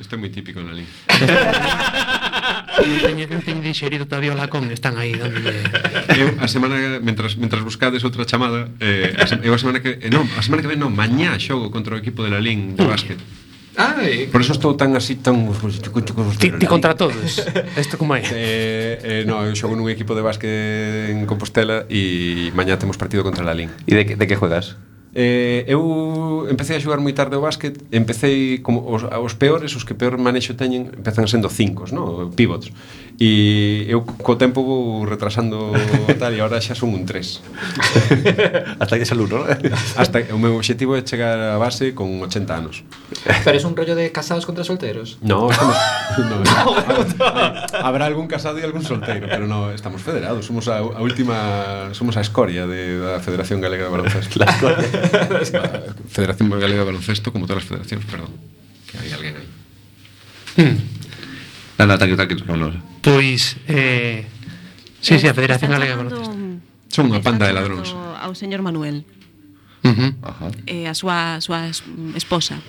[SPEAKER 8] Isto é moi típico na lin.
[SPEAKER 6] Non teño, non teño dixerido todavía o lacón, están aí donde...
[SPEAKER 8] Eu a semana mentras mentras buscades outra chamada, eh, a, se- eu a semana que eh, non, a semana que ven non, mañá xogo contra o equipo de la Lin de básquet.
[SPEAKER 5] ay,
[SPEAKER 8] Por eso estou tan así tan pues,
[SPEAKER 6] Ti, ti contra todos, isto como é?
[SPEAKER 8] Eh, eh, no, eu xogo nun equipo de básquet en Compostela e mañá temos partido contra la Lin.
[SPEAKER 4] ¿Y de, qué- de qué juegas?
[SPEAKER 8] Eh, eu empecé a xogar moi tarde ao básquet, empecé como os, os peores, os que peor manexo teñen, empezan sendo cincos, no? pivots. E eu co tempo vou retrasando tal e agora xa son un 3.
[SPEAKER 4] Hasta que es el uno, ¿no?
[SPEAKER 8] Hasta o meu obxectivo é chegar á base con 80 anos.
[SPEAKER 5] pero es un rollo de casados contra solteros
[SPEAKER 8] No, estamos no, Habrá algún casado e algún solteiro, pero no, estamos federados, somos a, a última, somos a escoria de, da Federación Galega de Baloncesto. La Federación Galega de Baloncesto como todas as federacións, perdón. Que hai alguén aí. Hmm.
[SPEAKER 4] No, no, tranquilo, tranquilo. No, no.
[SPEAKER 6] Pois, eh... Sí, sí, a Federación Galega de Baloncesto
[SPEAKER 10] Son
[SPEAKER 8] Son unha panda de ladróns.
[SPEAKER 10] Ao señor Manuel,
[SPEAKER 6] uh
[SPEAKER 4] Ajá.
[SPEAKER 10] eh, a súa, a súa es- esposa.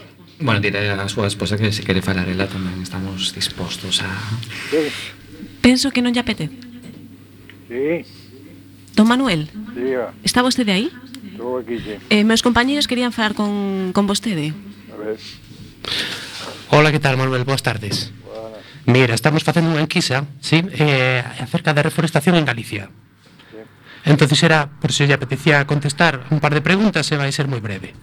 [SPEAKER 5] Bueno, diré a su esposa que se quiere falar ela tamén estamos dispostos a...
[SPEAKER 10] Penso que non lle apetece.
[SPEAKER 11] Sí,
[SPEAKER 10] Don Manuel,
[SPEAKER 11] diga,
[SPEAKER 10] está vostede aí?
[SPEAKER 11] estou aquí, sí.
[SPEAKER 10] Eh, meus compañeros querían falar con, con vostede.
[SPEAKER 11] A ver,
[SPEAKER 6] Hola, que tal, Manuel? Boas tardes Mira, estamos facendo unha enquisa, sí, eh, acerca da reforestación en Galicia. Entonces era, por se lle apetecía contestar un par de preguntas, e vai ser moi breve.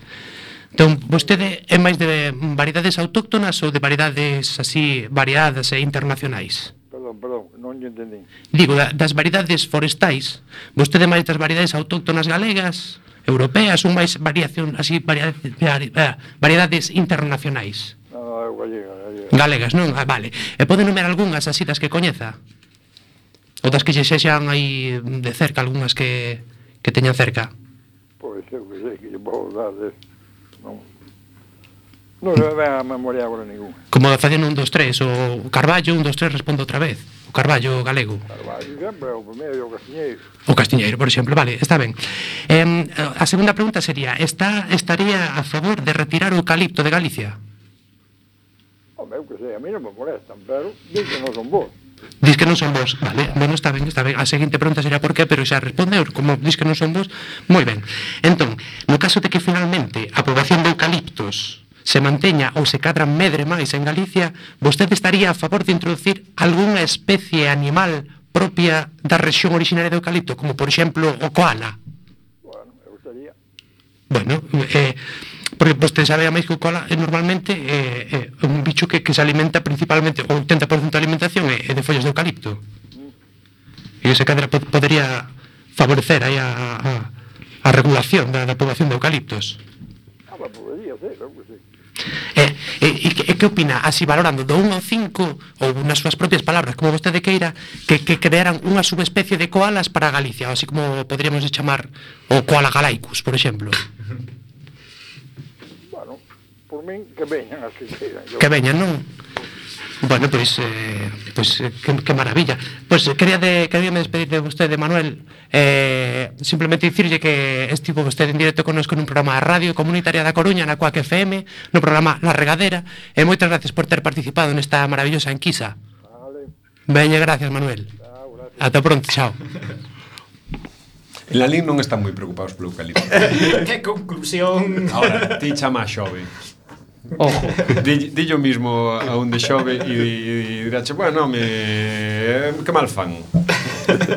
[SPEAKER 6] Entón, vostede é máis de variedades autóctonas ou de variedades así variadas e internacionais?
[SPEAKER 11] perdón, perdón, non lle entendín.
[SPEAKER 6] Digo, da- das variedades forestais, vostede é máis das variedades autóctonas galegas, europeas ou máis variación así variedades, eh, variedades internacionais?
[SPEAKER 11] Non, non, eu gallega, gallega.
[SPEAKER 6] Galegas, non? Ah, vale. E pode nomear algunhas así das que coñeza? Outras que xe sexan aí de cerca, algunhas que, que teñan cerca.
[SPEAKER 11] Pois eu que sei que lle vou dar de... Non. Non se me ven a memoria agora ningún.
[SPEAKER 6] Como facen un, dos, tres, o Carballo, un, dos, tres, respondo outra vez. O Carballo galego.
[SPEAKER 11] Carvalho sempre é o primeiro e o castiñeiro.
[SPEAKER 6] O Castiñeiro, por exemplo, vale, está ben. Eh, a segunda pregunta sería, está estaría a favor de retirar o eucalipto de Galicia?
[SPEAKER 11] Home, eu que sei, a mí non me molestan, pero din que non son vos.
[SPEAKER 6] Dis que non son vos, vale? Bueno, está ben, está ben. A seguinte pregunta será por qué, pero xa respondeu, como dis que non son vos, moi ben. Entón, no caso de que finalmente a aprobación de eucaliptos se manteña ou se cadra medre máis en Galicia, vostede estaría a favor de introducir algunha especie animal propia da rexión originaria do eucalipto, como por exemplo o koala? Bueno, eh, porque vostede sabe a máis que o koala é normalmente eh, eh, un bicho que, que se alimenta principalmente, o 80% da alimentación é, é de follas de eucalipto. E esa cadra pod podería favorecer aí a, a, a regulación da, da población de eucaliptos. Eh,
[SPEAKER 11] Ah, mas podería ser, eu que sei.
[SPEAKER 6] E, e, e, que- e que opina, así valorando do 1 ao 5, ou nas súas propias palabras, como vostede queira, que, que crearan unha subespecie de koalas para Galicia, ou así como poderíamos chamar o koala galaicus, por exemplo.
[SPEAKER 11] Bueno, por min que veñan as que queiran. Eu-
[SPEAKER 6] Que veñan, non? Bueno, pois, eh, pois eh, que, que maravilla. Pois eh, quería, de, quería me despedir de vostede, Manuel. Eh, simplemente dicirlle que estivo vostede en directo connosco nun programa de radio comunitaria da Coruña, na Cuac FM, no programa La Regadera, e moitas gracias por ter participado nesta maravillosa enquisa. Vale. Veña, gracias, Manuel. Ata pronto, chao.
[SPEAKER 8] En la LIN non están moi preocupados polo eucalipto.
[SPEAKER 5] Que conclusión.
[SPEAKER 8] Ahora, ti chama a xove.
[SPEAKER 6] Ojo.
[SPEAKER 8] Dillo dillo mismo a un de xove e di- dirache, bueno, me... eh, que mal fan.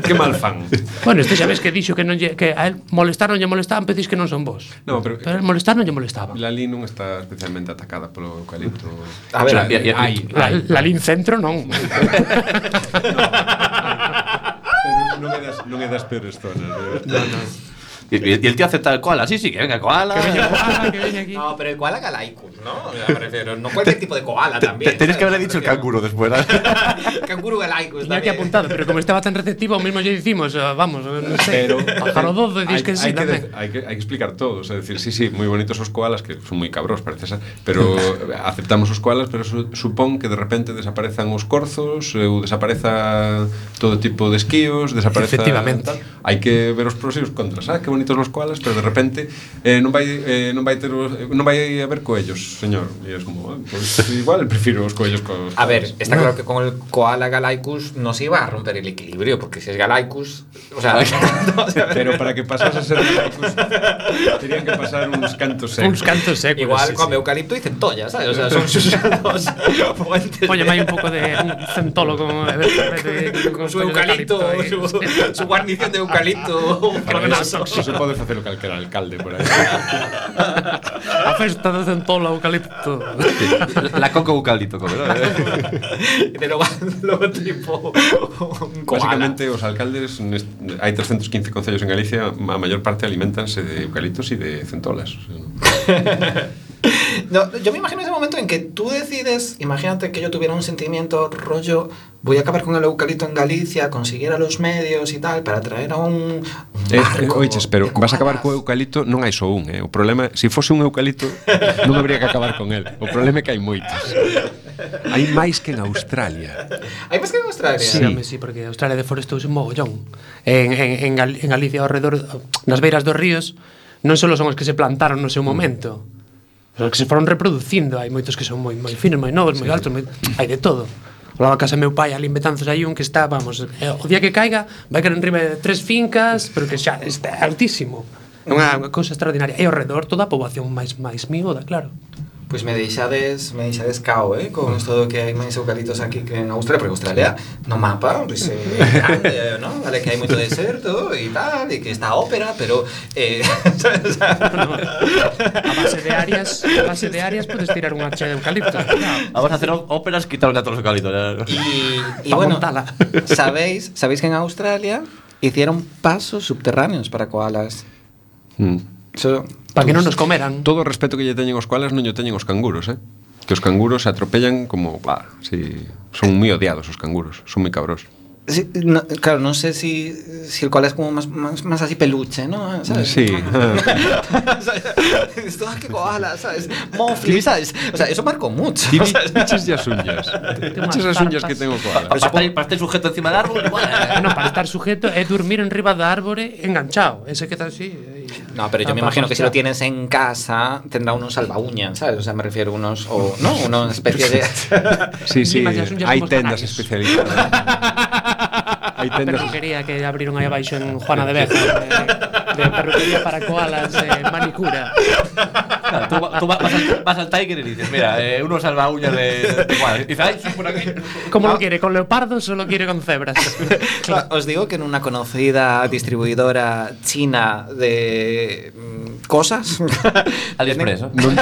[SPEAKER 8] Que mal fan.
[SPEAKER 6] Bueno, este xa ves que dixo que non lle, que a él molestar non lle molestaban, pero dis que non son vos.
[SPEAKER 8] No, pero...
[SPEAKER 6] Pero el molestar non lle molestaba.
[SPEAKER 8] La LIN non está especialmente atacada polo eucalipto.
[SPEAKER 6] A ver,
[SPEAKER 8] O sea,
[SPEAKER 6] y- y-
[SPEAKER 8] hai,
[SPEAKER 6] la,
[SPEAKER 8] hai.
[SPEAKER 6] la Lin Centro non.
[SPEAKER 8] Non é das, non é das peores zonas.
[SPEAKER 4] No, no. Y, y- y el tío acepta el koala. Sí, sí, que venga, koala.
[SPEAKER 5] No, pero el koala galaicus, ¿no? O sea, me refiero, no cualquier tipo de koala también.
[SPEAKER 4] Tenéis que haberle dicho el canguro después.
[SPEAKER 5] Canguro galaicus
[SPEAKER 6] Tenía que
[SPEAKER 5] también.
[SPEAKER 6] apuntado, pero como estaba tan receptivo, mismo ya decimos, ah, vamos, no sé,
[SPEAKER 8] Pero
[SPEAKER 6] pájaro doce, dices que
[SPEAKER 8] hay,
[SPEAKER 6] sí
[SPEAKER 8] hay que,
[SPEAKER 6] tamén.
[SPEAKER 8] de- hay, que, hay que explicar todo. O sea, decir, sí, sí, muy bonitos os koalas, que son muy cabros, parece ser, pero aceptamos os koalas, pero su, supón que de repente desaparezan os corzos, eh, ou desapareza todo tipo de esquíos, desapareza...
[SPEAKER 6] Efectivamente.
[SPEAKER 8] tal. Hai que ver os pros e os contras. Ah, que bonitos os koalas, pero de repente eh, non vai eh, non vai ter os, eh, non vai haber coellos, señor. E es como, ah, pues, igual prefiro os coellos cos
[SPEAKER 5] A ver,
[SPEAKER 8] koalas.
[SPEAKER 5] está claro que con el koala galaicus no se iba a romper el equilibrio, porque si es galaicus, o sea, no, o sea,
[SPEAKER 8] Pero para que pasase a ser laicos, tenían que pasar uns cantos secos.
[SPEAKER 6] Uns cantos séculos,
[SPEAKER 5] igual
[SPEAKER 6] sí,
[SPEAKER 5] con
[SPEAKER 6] sí.
[SPEAKER 5] eucalipto y centolla, ¿sabes? O sea, son sus dos fuentes.
[SPEAKER 6] Oye,
[SPEAKER 5] de-
[SPEAKER 6] hay un poco de un centolo con, a ver, con- con
[SPEAKER 5] su
[SPEAKER 6] coño de
[SPEAKER 5] eucalipto,
[SPEAKER 6] ahí.
[SPEAKER 5] su, su guarnición de eucalipto. un
[SPEAKER 8] Eso,
[SPEAKER 5] planazo.
[SPEAKER 8] eso pode facer o calquera alcalde por aí.
[SPEAKER 6] A festa do centolo eucalipto.
[SPEAKER 4] La coco eucalipto, come, ¿no?
[SPEAKER 5] De lo lo tipo un koala.
[SPEAKER 8] Básicamente, os alcaldes, nes- hai 315 concellos en Galicia, a maior parte alimentanse de eucaliptos e de centolas.
[SPEAKER 5] No, yo me imagino ese momento en que tú decides, imagínate que yo tuviera un sentimiento rollo, voy a acabar con el eucalipto en Galicia, consiguiera los medios y tal, para traer a un...
[SPEAKER 8] Eh, eh,
[SPEAKER 5] barco
[SPEAKER 8] oiches, pero
[SPEAKER 5] de
[SPEAKER 8] vas a acabar co
[SPEAKER 5] koalas.
[SPEAKER 8] eucalipto, non hai só un, eh? O problema, se fose un eucalipto, non habría que acabar con el. O problema é que hai moitos. Hai máis que en Australia.
[SPEAKER 5] Hay más que en Australia.
[SPEAKER 6] Sí, sí. Home, sí, porque Australia deforestouse un mogollón. En, en, en, Gal- en Galicia ao redor, nas beiras dos ríos, non só son os que se plantaron no seu momento, son os que se foron reproducindo, hai moitos que son moi moi finos, moi novos, moi altos, moi... hai de todo. Lá a casa meu pai, ali en Betanzos, hai un que está, vamos, eh, o día que caiga, vai caer en rima de tres fincas, pero que xa está altísimo. É unha unha cousa extraordinaria. E ao redor toda a poboación máis máis miúda, claro.
[SPEAKER 5] Pues me deixades, me deixades cao, eh, con isto do que hai máis eucaliptos aquí que en Australia, porque Australia no mapa, pois é grande, ¿no? Vale, que hai moito deserto e tal, e que está a ópera, pero eh, o sea,
[SPEAKER 6] A base de áreas, a base de áreas podes tirar unha chea de eucalipto.
[SPEAKER 4] Vamos a hacer ó- óperas quitando a todos los eucaliptos. ¿no?
[SPEAKER 5] y, y
[SPEAKER 6] Pa
[SPEAKER 5] bueno,
[SPEAKER 6] montala.
[SPEAKER 5] sabéis, sabéis que en Australia hicieron pasos subterráneos para koalas. Eso-
[SPEAKER 6] Para que non nos comeran.
[SPEAKER 8] Hmm. Todo o respeto que lle teñen os koalas non lle teñen os canguros, eh? Que os canguros se atropellan como, bah, si son moi odiados os canguros, son moi cabros.
[SPEAKER 5] Sí, no, claro, no sé si, si el cual es como más, más, más así peluche, ¿no? ¿Sabes?
[SPEAKER 8] Sí.
[SPEAKER 5] Esto es que koala, ¿sabes? Mofli, ¿sabes? O sea, eso marcó mucho.
[SPEAKER 8] Tiene bichas y uñas. Bichas as uñas que tengo
[SPEAKER 6] Pa-
[SPEAKER 8] coadas.
[SPEAKER 6] pa-
[SPEAKER 4] Para estar sujeto encima del árbol, igual. ¿eh?
[SPEAKER 6] Bueno, para estar sujeto é dormir enriba do árbore enganchado. Ese que está así. aí.
[SPEAKER 5] No, pero yo me
[SPEAKER 6] Ah,
[SPEAKER 5] imagino
[SPEAKER 6] pa-
[SPEAKER 5] que si lo tienes en casa tendrá unos salvaúñas, ¿sabes? O sea, me refiero a unos. O, no, una especie de.
[SPEAKER 8] Sí, sí,
[SPEAKER 6] Limas as uñas
[SPEAKER 8] hai
[SPEAKER 6] como os canarios.
[SPEAKER 8] tendas
[SPEAKER 6] Ah,
[SPEAKER 8] especializadas. Hai
[SPEAKER 6] A
[SPEAKER 8] tendas
[SPEAKER 6] perruquería que abriron aí abaixo en Juana de Beja. De, de perruquería para koalas, eh, manicura.
[SPEAKER 4] Claro, tú, va- tú va- vas, al, vas al Tiger y dices, mira, eh, uno salva uñas de, de cuadro. Y dices, ay, sí, por aquí.
[SPEAKER 6] Como lo quiere? ¿Con leopardos o lo quiere con cebras?
[SPEAKER 5] Claro, Os digo que en una conocida distribuidora china de mm, cosas.
[SPEAKER 4] AliExpress, ¿no?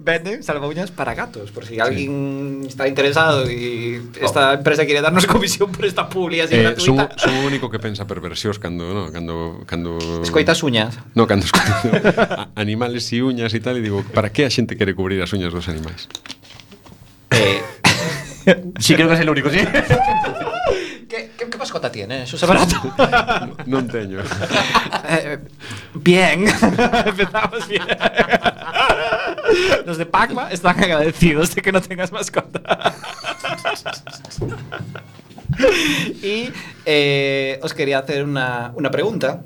[SPEAKER 5] Venden salvaúñas para gatos, por si alguien está interesado y esta empresa quiere darnos comisión por esta publi así
[SPEAKER 8] Eh, son,
[SPEAKER 5] gratuita.
[SPEAKER 8] son o único que pensa perversións cando, no, cando, cando...
[SPEAKER 5] Escoitas uñas.
[SPEAKER 8] No, cando escoito a- animales e uñas e tal, e digo, para que a xente quere cubrir as uñas dos animais?
[SPEAKER 5] eh,
[SPEAKER 4] Sí, creo que es el único, sí.
[SPEAKER 5] ¿Qué, qué, qué mascota tiene? Eso es barato.
[SPEAKER 8] Non teño.
[SPEAKER 5] Eh, bien. Empezamos bien. Los de Pacma están agradecidos de que no tengas mascota. y eh, os quería hacer una, una pregunta.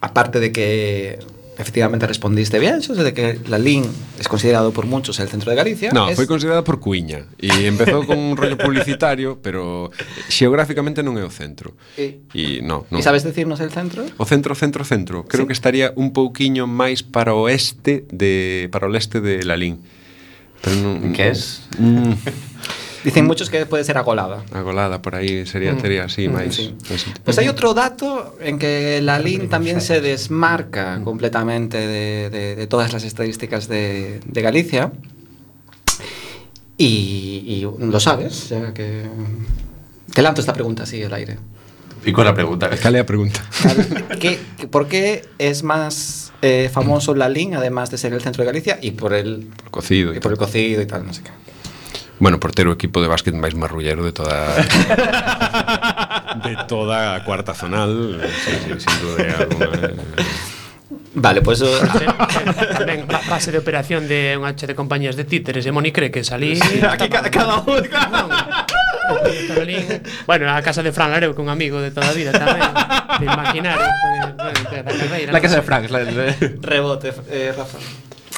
[SPEAKER 5] Aparte de que efectivamente respondiste bien, eso es de que la LIN es considerado por muchos el centro de Galicia.
[SPEAKER 8] No,
[SPEAKER 5] es-
[SPEAKER 8] foi considerada por Cuiña e empezou con un rollo publicitario, pero xeográficamente non é o centro.
[SPEAKER 5] Eh,
[SPEAKER 8] E no,
[SPEAKER 5] ¿Y
[SPEAKER 8] non.
[SPEAKER 5] sabes decirnos el centro?
[SPEAKER 8] O centro, centro, centro. Creo que estaría un pouquiño máis para o este de para o leste de Lalín. Pero non,
[SPEAKER 4] Que es?
[SPEAKER 8] Mm,
[SPEAKER 5] Dicen muchos que puede ser agolada.
[SPEAKER 8] a golada por aí sería tería así máis.
[SPEAKER 5] Mm. sí.
[SPEAKER 8] máis
[SPEAKER 5] Pues hay otro dato en que la LIN también se desmarca completamente de, de- de todas las estadísticas de, de Galicia. Y, y lo sabes, ya que. Te lanzo esta pregunta así al aire.
[SPEAKER 4] Y con la pregunta.
[SPEAKER 8] Cal é a pregunta?
[SPEAKER 5] ¿Qué- qué- ¿Por qué es más eh, famoso la LIN, además de ser el centro de Galicia, y por el,
[SPEAKER 8] Cocido.
[SPEAKER 5] y
[SPEAKER 8] e
[SPEAKER 5] por el
[SPEAKER 8] tal.
[SPEAKER 5] cocido y tal? No sé qué.
[SPEAKER 8] Bueno, por ter o equipo de básquet máis marrullero de toda de toda a cuarta zonal, sí, sí, sin duda alguna.
[SPEAKER 5] Vale, pues. eh,
[SPEAKER 6] Tamén ba- base de operación de un H de compañías de títeres e monicreques ali.
[SPEAKER 5] Aquí ca- cada uno.
[SPEAKER 6] Carolín. Bueno, a casa de Fran Lareu, que é un amigo de toda a vida tamén. De imaginario. eh, bueno, de- da carreira,
[SPEAKER 4] La
[SPEAKER 6] non
[SPEAKER 4] casa de
[SPEAKER 6] sei.
[SPEAKER 4] Frank, la, la,
[SPEAKER 5] Rebote, eh, Rafa.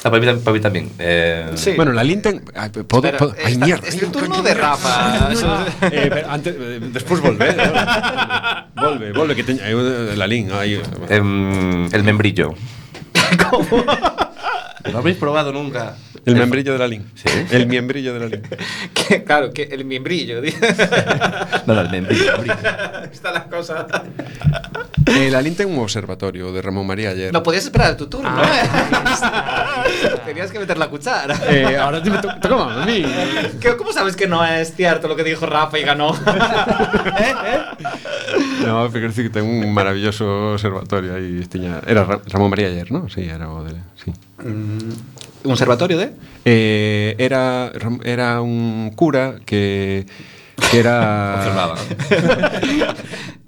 [SPEAKER 4] para, mí, tam- para mí también. Eh,
[SPEAKER 5] Sí.
[SPEAKER 8] Bueno, la Linten, ay, podo,
[SPEAKER 5] Espera,
[SPEAKER 8] podo, ay,
[SPEAKER 5] esta-
[SPEAKER 8] mierda.
[SPEAKER 5] Es el turno de Rafa. Eso-
[SPEAKER 8] Eh, pero antes, eh, despois volve. eh, Volve, volve que teña eh, la Lin, aí. eh,
[SPEAKER 4] em, el membrillo. ¿Cómo? No habéis probado nunca.
[SPEAKER 8] El membrillo de la Lin.
[SPEAKER 4] Sí.
[SPEAKER 8] El miembrillo de la Lin.
[SPEAKER 5] Que, claro, que el miembrillo.
[SPEAKER 4] No, no, el membrillo. el membrillo.
[SPEAKER 5] Está la cosa.
[SPEAKER 8] Eh, la Lin ten un observatorio de Ramón María ayer.
[SPEAKER 5] No podías esperar tu turno.
[SPEAKER 6] Ah, ahí
[SPEAKER 5] ¿eh?
[SPEAKER 6] está.
[SPEAKER 5] Tenías que meter la cuchara.
[SPEAKER 7] Eh, ahora te me to- toca a mí.
[SPEAKER 5] ¿Qué- ¿Cómo sabes que no es cierto lo que dijo Rafa y ganó? ¿Eh? ¿Eh?
[SPEAKER 8] No, pero decir que ten un maravilloso observatorio aí, tiña, era Ra- Ramón María ayer, ¿no? Sí, era o de, sí.
[SPEAKER 5] Mm, ¿Un observatorio de?
[SPEAKER 8] Eh, era Ram- era un cura que que era
[SPEAKER 4] Observaba.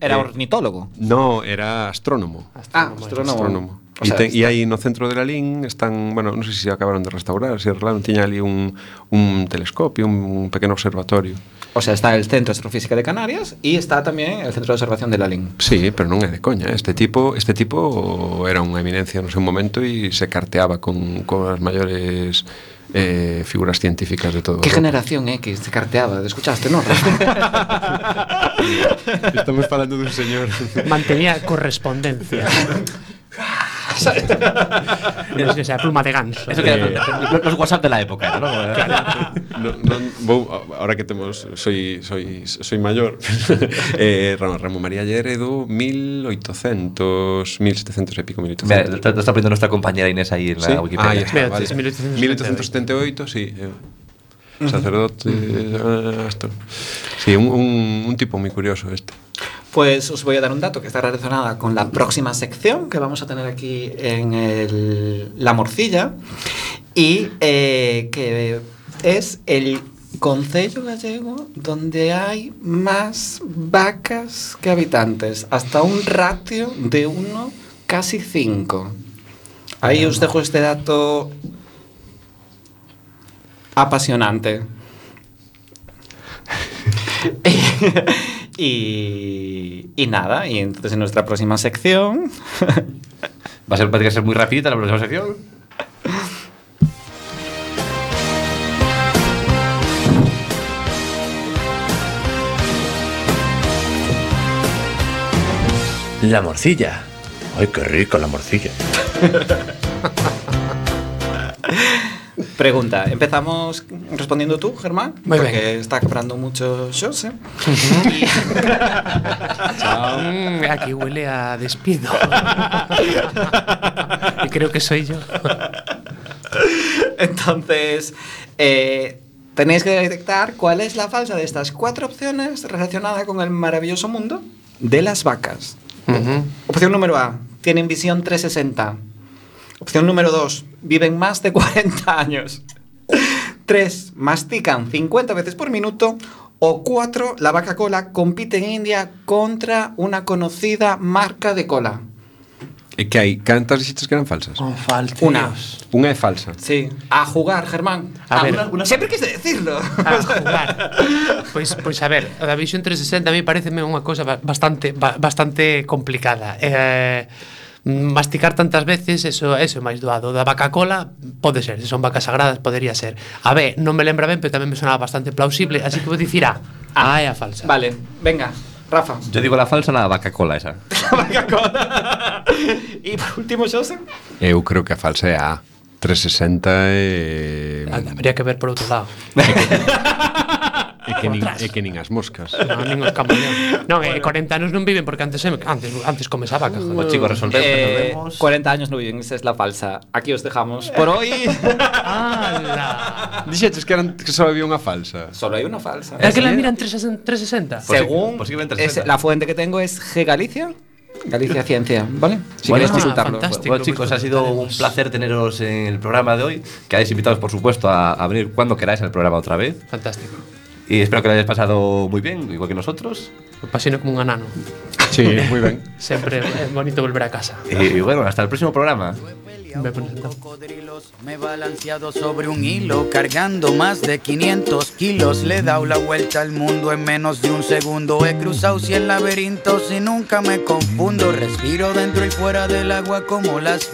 [SPEAKER 5] Era ornitólogo.
[SPEAKER 8] No, era astrónomo.
[SPEAKER 5] Ah, astrónomo.
[SPEAKER 8] astrónomo.
[SPEAKER 5] O sea,
[SPEAKER 8] e, te, e aí no centro de Lalín están, bueno, non sei se acabaron de restaurar, se arreglaron, tiña ali un, un telescopio, un, un pequeño observatorio.
[SPEAKER 5] o sea, está el Centro de Astrofísica de Canarias y está también el Centro de Observación de la LIN.
[SPEAKER 8] Sí, pero non é de coña, este tipo, este tipo era unha eminencia no seu momento e se carteaba con, con as maiores eh, figuras científicas de todo.
[SPEAKER 5] ¿Qué
[SPEAKER 8] Europa.
[SPEAKER 5] generación X te carteaba? ¿Te escuchaste, no? Rafa?
[SPEAKER 8] Estamos falando dun señor.
[SPEAKER 6] pues, Mantenía correspondencia. Desde esa pluma de ganso.
[SPEAKER 4] Eso que era- los, los WhatsApp de la época, ¿no?
[SPEAKER 8] non, non, vou, ahora que temos soy, soy, soy maior eh, Ramón, Ramón María Ayer é do 1800 1700 e pico 1800
[SPEAKER 4] Mira, lo está lo está poniendo nuestra compañera Inés ahí en la
[SPEAKER 8] Sí?
[SPEAKER 4] Wikipedia.
[SPEAKER 8] Ah, ya está,
[SPEAKER 6] Mira,
[SPEAKER 8] vale.
[SPEAKER 6] es 1878.
[SPEAKER 8] 1878, sí. eh, Sacerdote, eh, astro. Sí, un, un, un tipo muy curioso este.
[SPEAKER 5] Pues os voy a dar un dato que está relacionada con la próxima sección que vamos a tener aquí en el- la morcilla y eh, que es el Concello gallego donde hay más vacas que habitantes, hasta un ratio de uno casi cinco. Ahí os dejo este dato apasionante. y, y nada, y entonces en nuestra próxima sección
[SPEAKER 4] Va a ser, parece que ser muy rapidita la próxima sección.
[SPEAKER 2] La morcilla. Ay, qué rica la morcilla.
[SPEAKER 5] Pregunta, empezamos respondiendo tú, Germán,
[SPEAKER 6] Muy
[SPEAKER 5] porque
[SPEAKER 6] bien.
[SPEAKER 5] está comprando muchos shows, ¿eh?
[SPEAKER 6] Mm, aquí huele a despido. y creo que soy yo.
[SPEAKER 5] Entonces, eh, tenéis que detectar cuál es la falsa de estas cuatro opciones relacionada con el maravilloso mundo de las vacas. Opción número A, tienen visión 360. Opción número 2, viven más de 40 años. 3, mastican 50 veces por minuto. O 4, la vaca cola compite en India contra una conocida marca de cola.
[SPEAKER 8] E que hai cantas dixitas que eran falsas?
[SPEAKER 5] Una.
[SPEAKER 8] Unha é falsa.
[SPEAKER 5] Sí. A jugar, Germán.
[SPEAKER 6] A ver.
[SPEAKER 5] una- una- Siempre quise decirlo.
[SPEAKER 6] A jugar. Pois, pois a ver, a da visión 360 a mí pareceme unha cousa ba- bastante ba- bastante complicada. Eh, masticar tantas veces, eso, eso é máis doado. Da vaca cola, pode ser, se son vacas sagradas, podería ser. A B, non me lembra ben, pero tamén me sonaba bastante plausible, así que vou dicir A. A é a falsa.
[SPEAKER 5] Vale, venga, Rafa.
[SPEAKER 4] Yo digo la falsa, la vaca cola esa.
[SPEAKER 5] y por último, Joseph.
[SPEAKER 8] Eu creo que a falsa é a A. 360 é...
[SPEAKER 6] Habría que ver por outro lado.
[SPEAKER 8] É que nin, é que nin as moscas.
[SPEAKER 6] Non, nin os camaleóns. Non, eh, 40 anos non viven porque antes se- antes antes comes a vaca, joder.
[SPEAKER 4] Pues chicos, resolvemos.
[SPEAKER 5] Eh, 40 años no viven, esa es la falsa. Aquí os dejamos por hoy.
[SPEAKER 8] Dixetes que, eran, que só había unha falsa.
[SPEAKER 5] Solo hay una falsa.
[SPEAKER 6] É que la miran 360? 360.
[SPEAKER 4] Pues sí,
[SPEAKER 5] Según
[SPEAKER 4] pues sí que me
[SPEAKER 5] es-
[SPEAKER 4] interesa.
[SPEAKER 5] la fuente que tengo es G Galicia. Galicia Ciencia, ¿vale? Si
[SPEAKER 4] Bueno,
[SPEAKER 5] queréis consultarlo.
[SPEAKER 6] fantástico,
[SPEAKER 4] Bueno, chicos,
[SPEAKER 6] pues
[SPEAKER 4] ha sido un
[SPEAKER 6] contaremos.
[SPEAKER 4] placer teneros en el programa de hoy. Quedáis invitados, por supuesto, a, a venir cuando queráis al programa otra vez.
[SPEAKER 6] Fantástico.
[SPEAKER 4] Y espero que lo hayáis pasado muy bien, igual que nosotros.
[SPEAKER 6] O Pues pasino como un anano.
[SPEAKER 8] Sí, moi ben.
[SPEAKER 6] Siempre es bonito volver a casa.
[SPEAKER 4] Y, y bueno, hasta el próximo programa.
[SPEAKER 6] Me presento.
[SPEAKER 12] cocodrilos. Me he balanceado sobre un hilo, cargando más de 500 kilos. Le he dado la vuelta al mundo en menos de un segundo. He cruzado 100 laberintos y nunca me confundo. Respiro dentro y fuera del agua como las